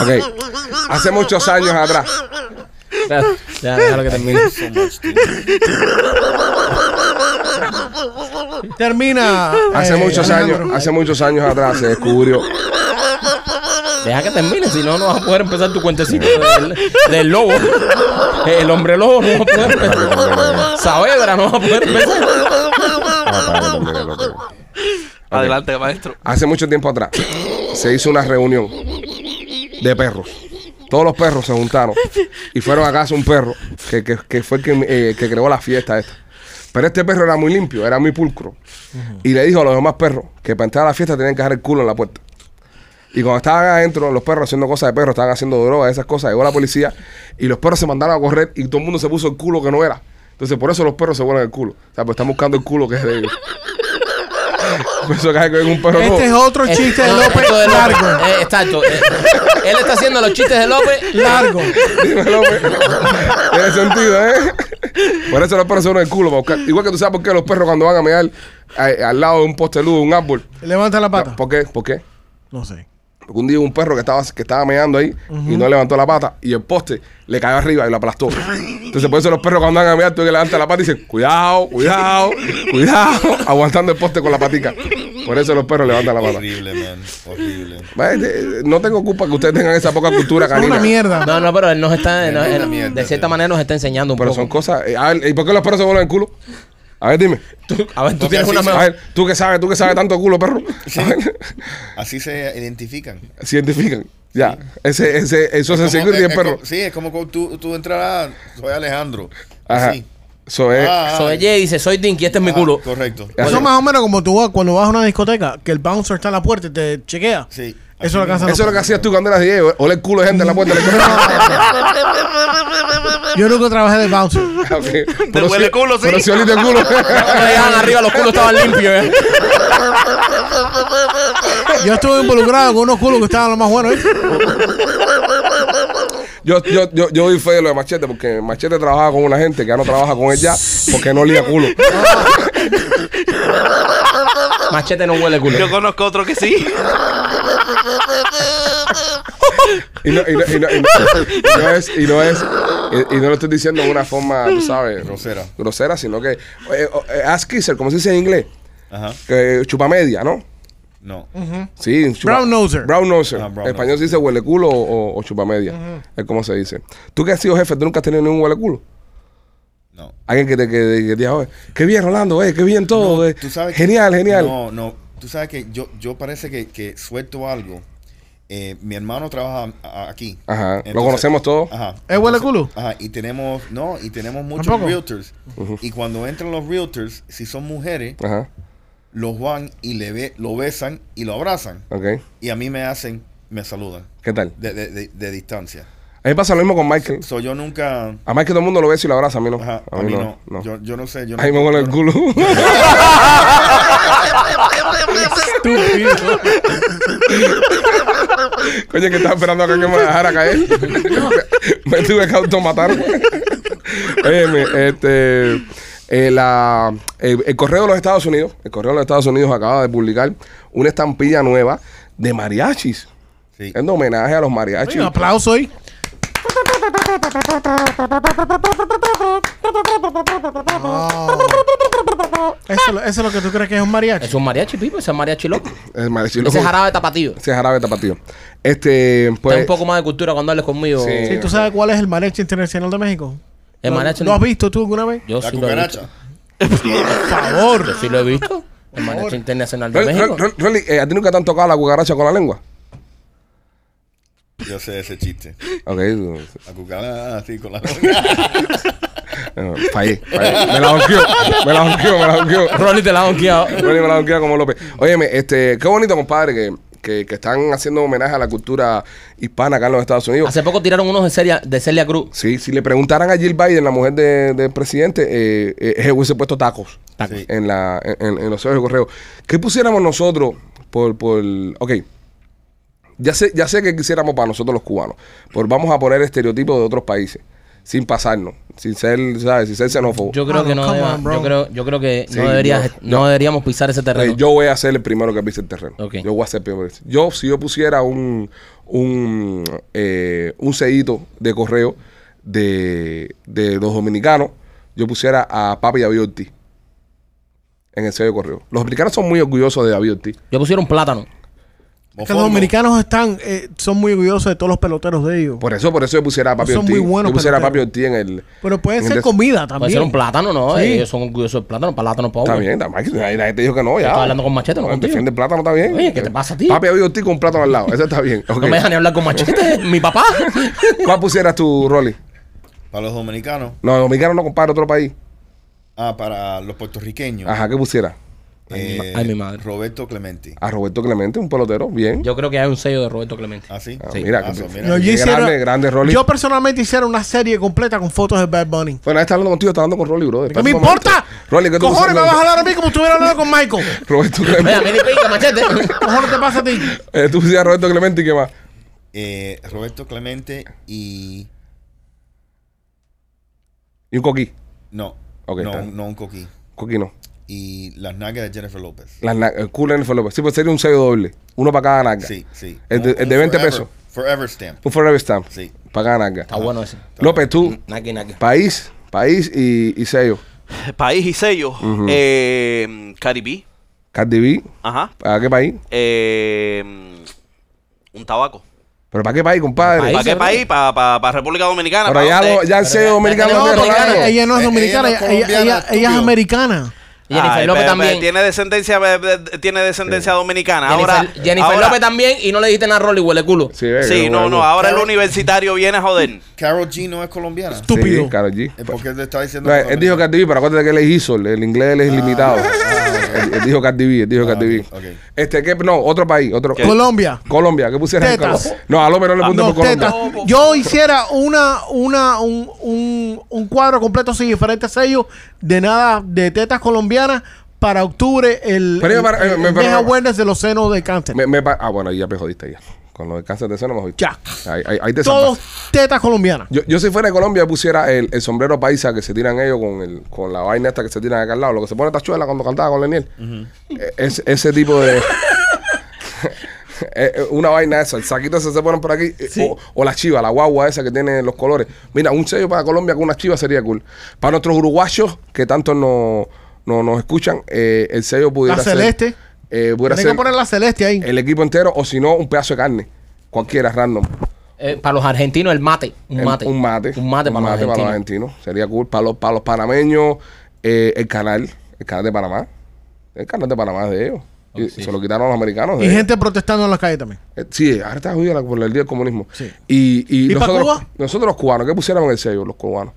Ok. Hace muchos años atrás.
Ya, ya, déjalo que termine.
Termina.
Hace
eh,
muchos
Alejandro.
años, hace muchos años atrás se descubrió.
Deja que termine, si no, no vas a poder empezar tu cuentecito del, del lobo. El hombre lobo no va a poder empezar. Saavedra no va a poder empezar.
Adelante, maestro.
Hace mucho tiempo atrás se hizo una reunión de perros. Todos los perros se juntaron y fueron a casa un perro que, que- que fue el que, eh, que creó la fiesta esta. Pero este perro era muy limpio, era muy pulcro. Y le dijo a los demás perros que para entrar a la fiesta tenían que dejar el culo en la puerta. Y cuando estaban adentro, los perros haciendo cosas de perros, estaban haciendo drogas, esas cosas, llegó la policía y los perros se mandaron a correr y todo el mundo se puso el culo que no era. Entonces, por eso los perros se vuelven el culo. O sea, pues están buscando el culo que es de ellos. Por eso cada vez que ven un perro nuevo-
Este es otro
Eh,
chiste de
no,
López
esto de
largo.
Eh, exacto. Eh, él está haciendo los chistes de López
Largo.
Dime, López. Tiene sentido, ¿eh? Por eso los perros son el culo. para buscar. Igual que tú sabes por qué los perros cuando van a mear a- al lado de un poste de luz, de un árbol.
Levanta la pata.
¿Por qué? ¿Por qué?
No sé.
Porque un día hubo un perro que estaba, que estaba meando ahí y no levantó la pata y el poste le cayó arriba y lo aplastó. Entonces, por eso los perros cuando van a mear, tú que levantas la pata y dicen, cuidado, cuidado, cuidado, aguantando el poste con la patica. Por eso los perros levantan la pata.
Horrible, man. Horrible.
Va, eh, No tengo culpa que ustedes tengan esa poca cultura
Es
canina.
una mierda.
No, no, pero él nos está. nos-
Mierda,
él-
mierda,
de cierta
tío.
manera nos está enseñando un
Pero
poco.
son cosas. eh, a ver, ¿Y por qué los perros se vuelven el culo? A ver, dime.
a ver, tú
Porque
tienes
así
una
se-
A
mejor.
ver, tú que sabes, tú que sabes tanto culo, perro. A ver,
Así se identifican.
Cientifican. Ya. Ese, ese, eso es el
Como-
security
es-
del
es
perro.
co- Sí, es como cuando tú, tú entrarás, soy Alejandro.
Ajá. Eh,
Así.
Eso es.
Ah, ah,
So, ella dice: Soy Dinky, este es mi
ah,
culo.
Correcto.
Eso
Oye.
es más o menos como tú vas- cuando vas a una discoteca, que el bouncer está en la puerta y te chequea.
Sí.
Eso es lo que hacen
Eso es lo que
los
hacías tú cuando eras 10. Ole el culo de gente en la puerta. Le Ok,
perros. Yo nunca trabajé de bouncer.
pero
huele el culo, sí.
Pero si oliste el culo.
Cuando llegaban arriba, los culos estaban limpios. ¿eh?
Yo estuve involucrado con unos culos que estaban los más buenos. ¿eh?
yo, yo, yo, yo doy fe de lo de Machete porque Machete trabajaba con una gente que ya no trabaja con él ya porque no olía culo.
Machete no huele culo.
Yo conozco otro que sí.
Y no, y no, y no, y no- y no es, y no es, y, y no lo estoy diciendo de una forma, tú sabes,
Grosera.
grosera, sino que, eh, oh, eh, ass kisser, como se dice en inglés,
Ajá.
que chupa media, ¿no?
No.
Sí, chupa-
Brown noser.
Brown noser.
Ah, brown
en español se dice huele culo o, o chupa media. Es como se dice. Tú que has sido jefe, tú nunca has tenido ningún huele culo.
No.
Alguien que te que, que te diga, "Oye, qué bien, Rolando, eh, qué bien todo. eh.
Tú sabes que-
genial, genial.
No, no. Tú sabes que yo, yo parece que, que suelto algo. Eh, mi hermano trabaja a- a- aquí.
Ajá. Lo conocemos todos.
Ajá.
¿Es huele
Entonces-
culo?
Ajá. Y tenemos, no, y tenemos muchos
¿Tampoco?
realtors. Y cuando entran los realtors, si son mujeres,
Ajá,
los van y le ve, lo besan y lo abrazan.
ok.
Y a mí me hacen, me saludan
¿Qué tal?
de, de- de- de distancia.
A mí pasa lo mismo con Michael.
So, yo nunca.
A Michael todo el mundo lo besa y lo abraza, a mí no.
Ajá, a mí no. Yo, yo no sé. Yo no,
Ahí me huele el culo.
Estúpido.
Coño, que estaba esperando acá que me dejara caer. me tuve que automatar. Óyeme, este. Eh, la- el, el correo de los Estados Unidos, el correo de los Estados Unidos acaba de publicar una estampilla nueva de mariachis.
Sí.
En homenaje a los mariachis.
Un aplauso ahí. Eso, lo- eso es lo que tú crees que es un mariachi.
Es un mariachi, pipo. Ese es mariachi loco.
El mariachi
Ese es
loco.
jarabe tapatío.
Ese es jarabe tapatío. Este, pues.
Ten un poco más de cultura cuando hables conmigo.
Sí.
Sí, ¿Tú sabes cuál es el mariachi internacional de México?
El mariachi
¿Lo has visto tú alguna vez?
Yo
La
sí lo he visto.
cucaracha.
Por favor.
Yo sí lo he visto. El mariachi internacional de
Rolly,
México.
Rolly, Rolly, eh, ¿a ti nunca te han tocado la cucaracha con la lengua?
Yo sé ese chiste.
Ok. eh,
La cucaracha así con la lengua.
fallé, fallé. Me la banqueó. Me la banqueó, me la banqueó.
Rolly te la ha donkeado.
Rolly me la banquea como López. Óyeme, este, qué bonito, compadre, que, que, que están haciendo homenaje a la cultura hispana acá en los Estados Unidos.
Hace poco tiraron unos de Celia, de Celia Cruz.
Sí, si le preguntaran a Jill Biden, la mujer de- del presidente, eh, eh, ella hubiese puesto tacos,
Tacos.
Sí.
En, la, en, en los sellos de correo. ¿Qué pusiéramos nosotros por... por ok, ya sé, ya sé que quisiéramos para nosotros los cubanos, pero vamos a poner estereotipos de otros países, sin pasarnos, sin ser, ¿sabes? Sin ser xenófobo.
Yo creo
Ah,
que
no,
no,
come
deba-
on, bro.
yo creo, yo creo que
Sí,
no, deberías,
yo-
no deberíamos pisar ese terreno.
Eh, yo voy a ser el primero que pise el terreno.
Ok.
Yo voy a ser el primero. que pise. Yo, si yo pusiera un un, eh, un sellito de correo de, de los dominicanos, yo pusiera a Papi y a David Ortiz en el sello de correo. Los dominicanos son muy orgullosos de David Ortiz.
Yo pusieron plátano.
Es que los dominicanos están, eh, son muy orgullosos de todos los peloteros de ellos.
Por eso, por eso yo pusiera a Papi
Son
Ortiz.
muy buenos
yo pusiera a Papi
peloteros.
Ortiz en el...
Pero puede
en
ser
el-
comida
Puede ser un
también.
plátano, ¿no?
Sí.
Ellos son orgullosos del plátano. Plátano para
Está bien, está bien. Ahí La gente dijo que no, ya.
Estaba hablando con Machete, no
no
contigo.
Defiende el plátano, está bien.
Oye, ¿qué te pasa a ti?
Papi David Ortiz con un plátano al lado. Eso está bien. Ok.
No me dejan ni hablar con machete. mi papá.
¿Cuál pusieras tú, Rolly?
Para los dominicanos.
No, los dominicanos no comparan otro país.
Ah, para los puertorriqueños.
Ajá, ¿qué pusiera?
eh,
Ay, mi madre.
Roberto Clemente.
A Roberto Clemente, un pelotero, bien.
Yo creo que hay un sello de Roberto Clemente.
Ah, sí.
Ah,
Sí.
mira,
Ah,
que-
so, mira.
No, yo,
Qué
hiciera-
grande, grande, Rolly.
yo personalmente hiciera una serie completa con fotos de Bad Bunny.
Bueno, ahí está hablando contigo, está hablando con Rolly, bro.
¿Qué me importa?
Pues, Rolly, ¿qué tú
Cojones, me
pusieras?
vas a hablar a mí como si estuviera hablando con Michael.
Roberto
Mira,
Clemente.
mira y pica, machete.
Cojones, te pasa a ti.
Eh, tú pusieras Roberto Clemente y qué más.
Eh, Roberto Clemente y.
Y un coquí.
No.
Ok,
no,
está.
no un coquí.
Coquí no.
Y las nalgas de Jennifer López.
Las, na- el culo de Nelson López. Sí, pues sería un sello doble. Uno para cada narga.
Sí, sí.
El de-
Un-
el de
un
20
forever-
pesos.
Forever stamp.
Un forever stamp.
Sí.
Para cada narga.
Está bueno ese.
López, tú,
Naki, naki.
país, país y, y sello.
País y sello. eh, Caribí.
Cardi B,
Ajá.
¿para qué país?
Eh, un tabaco.
¿Pero para qué país, compadre?
País.
¿Para qué
¿verdad?
país? ¿Para República Dominicana?
Ahora
¿Para
ya,
dónde?
lo- ya el sello dominicano
tenemos
no tiene
dominicano.
raro.
Ella no es
Eh,
dominicana,
ella no es
ella, ella- ella
colombiana,
es
estúpido.
americana.
Jennifer
Ay,
López
pe- pe-
también.
Tiene descendencia, pe- pe- tiene descendencia dominicana.
Jennifer,
ahora,
Jennifer
ahora-
López también y no le dijiste nada a Rolly, huele culo.
Sí, ve,
Sí,
que
no,
ah,
no. Ahora el
Claro.
universitario viene a joder.
Carol G no es colombiana.
Sí,
Estúpido.
Karol G.
Eh, ¿Por qué le está diciendo
No,
que
él
dominicana?
dijo Cardi B, pero acuérdate que él es ISO, el, el inglés él es limitado. él, él dijo Cardi B, él dijo Cardi B.
ok, ok.
Este, ¿qué? No, otro país, otro.
¿Qué?
Colombia.
Colombia, ¿qué pusieras en
Tetas. Ah,
Colombia? No, a López no le preguntes
No,
por Colombia.
tetas. Yo hiciera una, una, un, un, un cuadro completo sin diferentes sellos de nada, de tetas colombianas para octubre el,
Pero yo para-
el-
eh, me-
el
pero-
Deja Awareness de los senos de cáncer.
Me- me pa- ah, bueno, ahí ya me jodiste ya. Con lo del cáncer de seno me jodiste.
Ya.
Ahí, ahí- ahí te
Todos
salvaste.
tetas colombianas.
Yo, yo si fuera de Colombia pusiera el, el sombrero paisa que se tiran ellos con el con la vaina esta que se tiran acá al lado, lo que se pone Tachuela cuando cantaba con Leniel. E- es- ese tipo de... Eh, eh, una vaina esa, el saquito ese se ponen por aquí, eh, o, o la chiva, la guagua esa que tiene los colores. Mira, un sello para Colombia con una chiva sería cool. Para nuestros uruguayos que tanto nos no, nos escuchan, eh, el sello pudiera
La
ser-
celeste.
eh, pudiera
Tienes
ser
que poner la celeste ahí.
el equipo entero o si no, un pedazo de carne. Cualquiera, random.
Eh, para los argentinos, el mate. Un
El-
mate.
Un mate.
Un mate, para, los
para los
argentinos.
argentinos. Sería cool. Para los, para los panameños, eh, el canal. El canal de Panamá. El canal de Panamá es de ellos.
Oh,
Y Se lo quitaron a los americanos. de
y
ellos.
gente protestando en las calles también.
Eh, Sí, ahora está jodida la- por el día del comunismo.
Sí.
Y, y,
¿Y pa'
nosotros,
Cuba?
nosotros los cubanos, ¿qué pusiéramos en el sello los cubanos?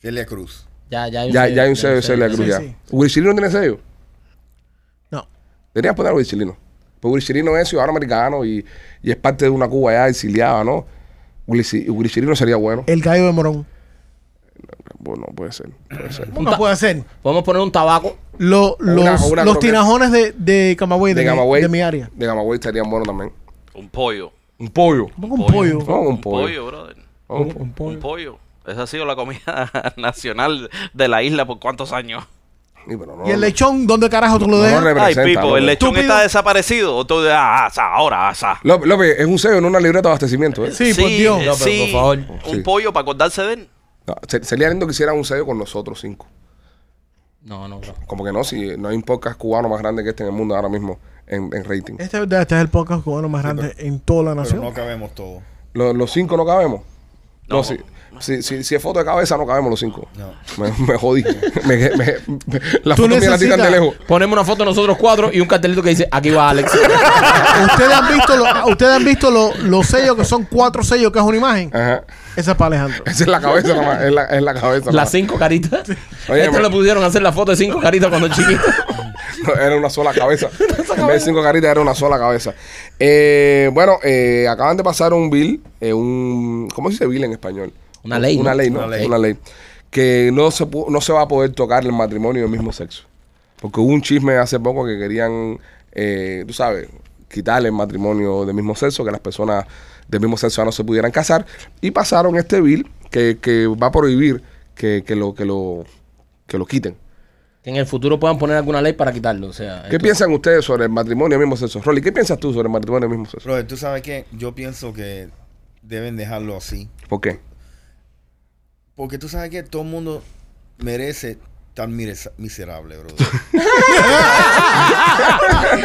Celia Cruz.
Ya,
¿Ah,
ya hay un
Ya,
sello,
ya hay un sello de Celia Cruz
Sí,
ya.
sí.
¿Willy Chirino tiene sello?
No.
Deberías poner a Willy Chirino. Pues Willy Chirino es ciudadano americano y, y es parte de una Cuba ya exiliada, ¿no? Willy Ci- Willy Chirino sería bueno.
El gallo de Morón.
Bueno, puede ser. Puede ser.
¿Cómo puede ser?
Podemos poner un tabaco.
Lo-
Una-
los
una
los
croqueta.
tinajones de, de Camagüey, de,
de
mi-
Gamaway.
de mi área.
De Gamaway estaría bueno también.
Un pollo.
Un pollo.
Pongo un pollo.
No, un pollo.
brother.
No, un pollo.
Un pollo. Esa ha sido la comida nacional de la isla por cuántos años.
Sí, pero no-
¿Y el lechón dónde carajo tú lo
no
dejas?
Ay,
representa,
Pipo,
López.
el lechón
Estúpido.
está desaparecido. O tú de- ah, asa, ahora, asa.
López, López, es un sello, no una libreta de abastecimiento. ¿eh?
sí, por Dios.
eh,
No, pero
sí,
por favor.
Un
Sí.
pollo para acordarse de él.
No, Ah, se- sería lindo que hicieran un sello con nosotros cinco.
No, no, bro.
Como que no, si no hay un podcast cubano más grande que este en el mundo ahora mismo en, en rating.
Este, es verdad, este es el podcast cubano más grande en toda la
Pero
nación.
no cabemos todos.
Lo- los cinco no cabemos. No,
No.
si, si, si, si es foto de cabeza, no cabemos los cinco.
No.
Me, me jodí. me, me- me- la
Tú
foto mía la
necesitas-
tiran de lejos.
Ponemos una foto de nosotros cuatro y un cartelito que dice, aquí va Alex.
Ustedes han visto, lo- ustedes han visto lo- los sellos que son cuatro sellos, que es una imagen.
Ajá.
Esa es para Alejandro.
Esa es la cabeza, nada más. Es la, es la cabeza. nada
Las
más.
cinco caritas. Este
Oye,
Esto
me-
le pudieron hacer la foto de cinco caritas cuando chiquito.
No, era una sola cabeza. en vez de cinco caritas, era una sola cabeza. Eh, bueno, eh, acaban de pasar un bill, eh, un. ¿Cómo se dice bill en español?
Una ley,
Una
¿no?
ley, ¿no?
Una ley.
Una ley. Que no se, pu- no se va a poder tocar el matrimonio del mismo sexo. Porque hubo un chisme hace poco que querían, eh, tú sabes, quitar el matrimonio del mismo sexo, que las personas del mismo sexo ya no se pudieran casar. Y pasaron este bill que, que va a prohibir que, que lo, que, lo, que lo quiten.
Que en el futuro puedan poner alguna ley para quitarlo. O sea,
¿Qué
esto-
piensan ustedes sobre el matrimonio del mismo sexo? Rolly, ¿qué piensas tú sobre el matrimonio del mismo sexo?
Brother, ¿tú sabes qué? Yo pienso que deben dejarlo así.
¿Por qué?
Porque tú sabes que todo el mundo merece tan mires- miserable, brother.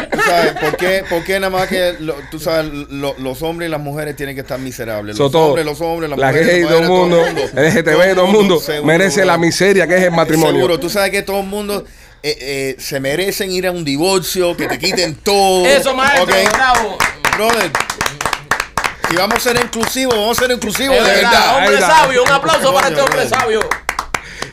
¿Tú sabes por qué, por qué nada más que lo- tú sabes, lo- los hombres y las mujeres tienen que estar miserables?
So,
Los
todo-
hombres, los hombres, las
la
mujeres.
gay,
los
todo el
padres,
mundo, el LGTB, todo el mundo,
seguro,
merece la
brother.
miseria que es el matrimonio.
Seguro, tú sabes que todo el mundo eh, eh, se merecen ir a un divorcio, que te quiten todo.
Eso, maestro,
Ok.
bravo.
Brother, si vamos a ser inclusivos, vamos a ser inclusivos,
Es
de
verdad,
verdad.
ahí
hombre
está.
sabio. Un aplauso para este
Coño,
hombre
brother.
sabio.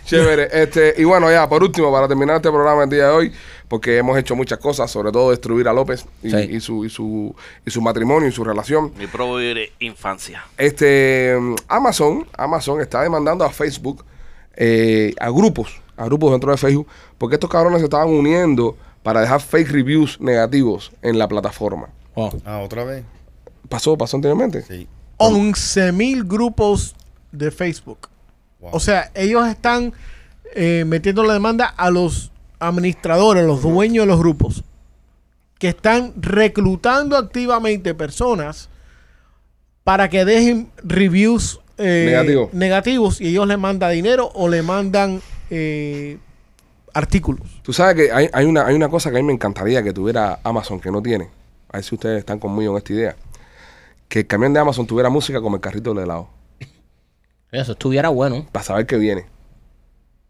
Chévere. Este, y bueno, ya, por último, para terminar este programa el día de hoy, porque hemos hecho muchas cosas, sobre todo destruir a López y,
Sí.
y su, y, su, y su matrimonio y su relación.
Mi proveedor infancia.
Este, mm, Amazon, Amazon está demandando a Facebook, eh, a grupos, a grupos dentro de Facebook, porque estos cabrones se estaban uniendo para dejar fake reviews negativos en la plataforma.
Oh.
Ah, otra vez.
Pasó, pasó anteriormente.
Sí.
11 mil grupos de Facebook.
Wow.
O sea, ellos están eh, metiendo la demanda a los administradores, a los dueños de los grupos, que están reclutando activamente personas para que dejen reviews eh,
Negativo.
negativos y ellos les mandan dinero o le mandan eh, artículos.
Tú sabes que hay, hay una, hay una cosa que a mí me encantaría que tuviera Amazon que no tiene. A ver si ustedes están conmigo en esta idea. Que el camión de Amazon tuviera música como el carrito de helado.
Eso estuviera bueno.
Para saber que viene.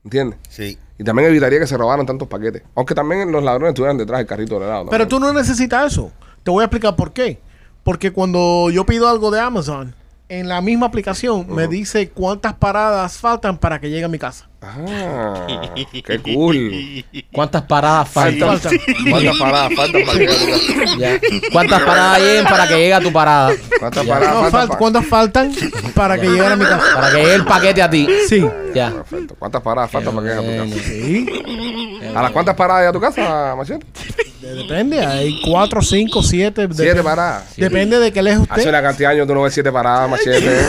¿Entiendes?
Sí.
Y también evitaría que se robaran tantos paquetes. Aunque también los ladrones estuvieran detrás del carrito de helado. ¿no?
Pero tú no necesitas eso. Te voy a explicar por qué. Porque cuando yo pido algo de Amazon, en la misma aplicación me dice cuántas paradas faltan para que llegue a mi casa.
Ah, qué cool.
¿Cuántas paradas faltan?
Faltan.
Falta parada, falta parada.
Ya. ¿Cuántas paradas hay para que llegue a tu parada?
Falta
Ya.
parada,
No,
falta
fal-
pa-
¿Cuántas faltan para que lleguen a mi casa?
Para que llegue el paquete a ti.
Sí.
Ya.
Perfecto. ¿Cuántas paradas falta para que llegue a tu casa?
Sí.
¿A las cuántas paradas llega a tu casa, Machete?
eh, Depende, hay cuatro, cinco, siete. dep-
Siete paradas. Ah,
Depende de qué lejos
Hace
usted.
una cantidad de años tú no ves siete paradas, Machete.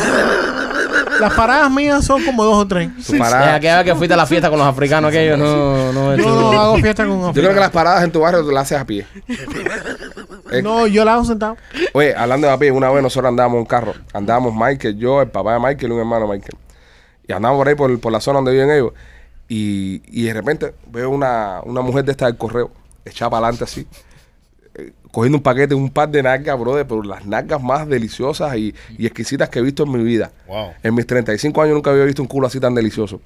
Las paradas mías son como dos o tres.
Tu
Es
parada.
aquella vez que fuiste a la fiesta con los africanos aquellos. No, no.
Yo
esto-
no hago fiesta con
Yo creo que
africanos.
las paradas en tu barrio tú las haces a pie. Eh,
No, yo la hago sentado.
Oye, hablando de a pie, una vez nosotros andábamos en un carro. Andábamos Michael, yo, el papá de Michael y un hermano de Michael. Y andábamos por ahí por, por la zona donde viven ellos. Y, y de repente veo una, una mujer de esta del correo, echada para adelante así, eh, cogiendo un paquete, un par de nalgas, brother, pero las nalgas más deliciosas y, y exquisitas que he visto en mi vida.
Wow.
En mis 35 años nunca había visto un culo así tan delicioso.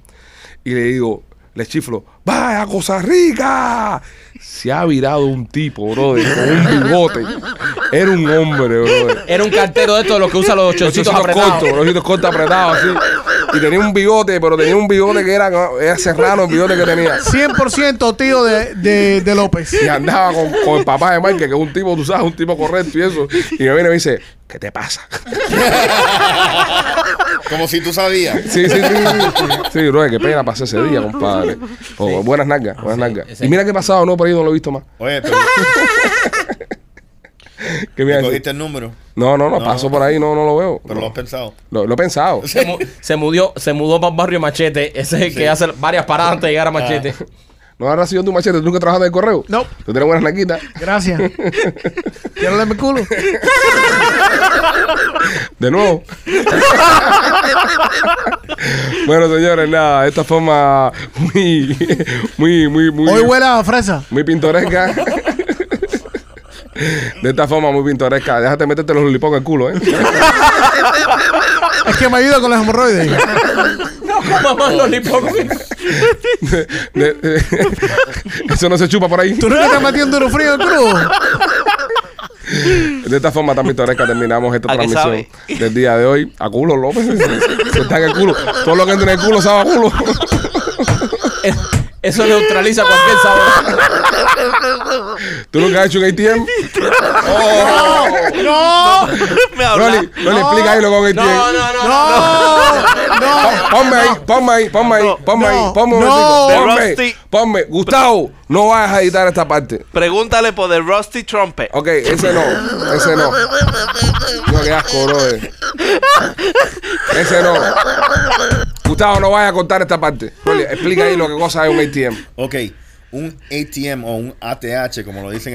Y le digo, le chiflo, ¡vaya Costa Rica! Se ha virado un tipo, brother, con un bigote. Era un hombre, brother.
Era un cartero de estos de los que usa los
Los
chorcitos
chorcitos
apretados.
cortos, los chorcitos cortos apretados así. Y tenía un bigote, pero tenía un bigote que era, era serrano el bigote que tenía.
100% tío de, de, de López.
Y andaba con, con el papá de Mike, que es un tipo, tú sabes, un tipo correcto y eso. Y me viene y me dice, ¿qué te pasa?
Como si tú sabías.
Sí, sí, sí. Sí, sí brother, qué pena pasé ese día, compadre. Oh, Buenas nalgas, buenas nalgas.
ese-
Y mira qué pasado, no, por ahí no lo he visto más.
Oye, pero
¿Qué me
Me
iba a decir?
cogiste el número,
No, no, no,
No.
paso por ahí, no, no lo veo.
pero lo has pensado.
Lo, lo he pensado.
Se, mu- se mudió, se mudó para el barrio Machete. Ese es el que hace varias paradas antes de llegar a Machete.
¿No habrás sido tu machete? ¿Tú que trabajas en el correo?
No.
¿Tú tienes buenas naquitas?
Gracias. Quiero mi culo.
De nuevo. bueno, señores, nada, de esta forma muy, muy, muy, muy,
Hoy huele a fresa.
muy pintoresca. De esta forma muy pintoresca. Déjate meterte los lulipocos al culo, ¿eh?
Es que me ayuda con los hemorroides.
No, mamá, los lipocos.
De- de- de- eso no se chupa por ahí.
¿Tú no te estás metiendo un frío en el culo?
De esta forma tan pintoresca terminamos esta
¿A qué
transmisión del día de hoy. A culo, López. Se, se está en el culo. Todo lo que entra en el culo sabe a culo.
Es- Eso neutraliza cualquier sabor.
¿Tú nunca has hecho un ATM?
¡No!
Me habla.
Rolly, Rolly, explica ahí lo con ATM.
No, no, no. no.
¡No!
Pon-
¡No!
Ponme ahí, ponme ahí, ponme ahí, ponme ahí,
no,
ponme un
no.
momentico,
The
ponme,
Rusty.
ponme. Gustavo, no vayas a editar esta parte.
Pregúntale por The Rusty Trumpet.
Ok, ese no, ese no. No, qué asco, brother. Ese no. Gustavo, no vayas a contar esta parte. Rolly, explica ahí lo que cosa es un ATM.
Ok, un ATM o un ATH, como lo dicen en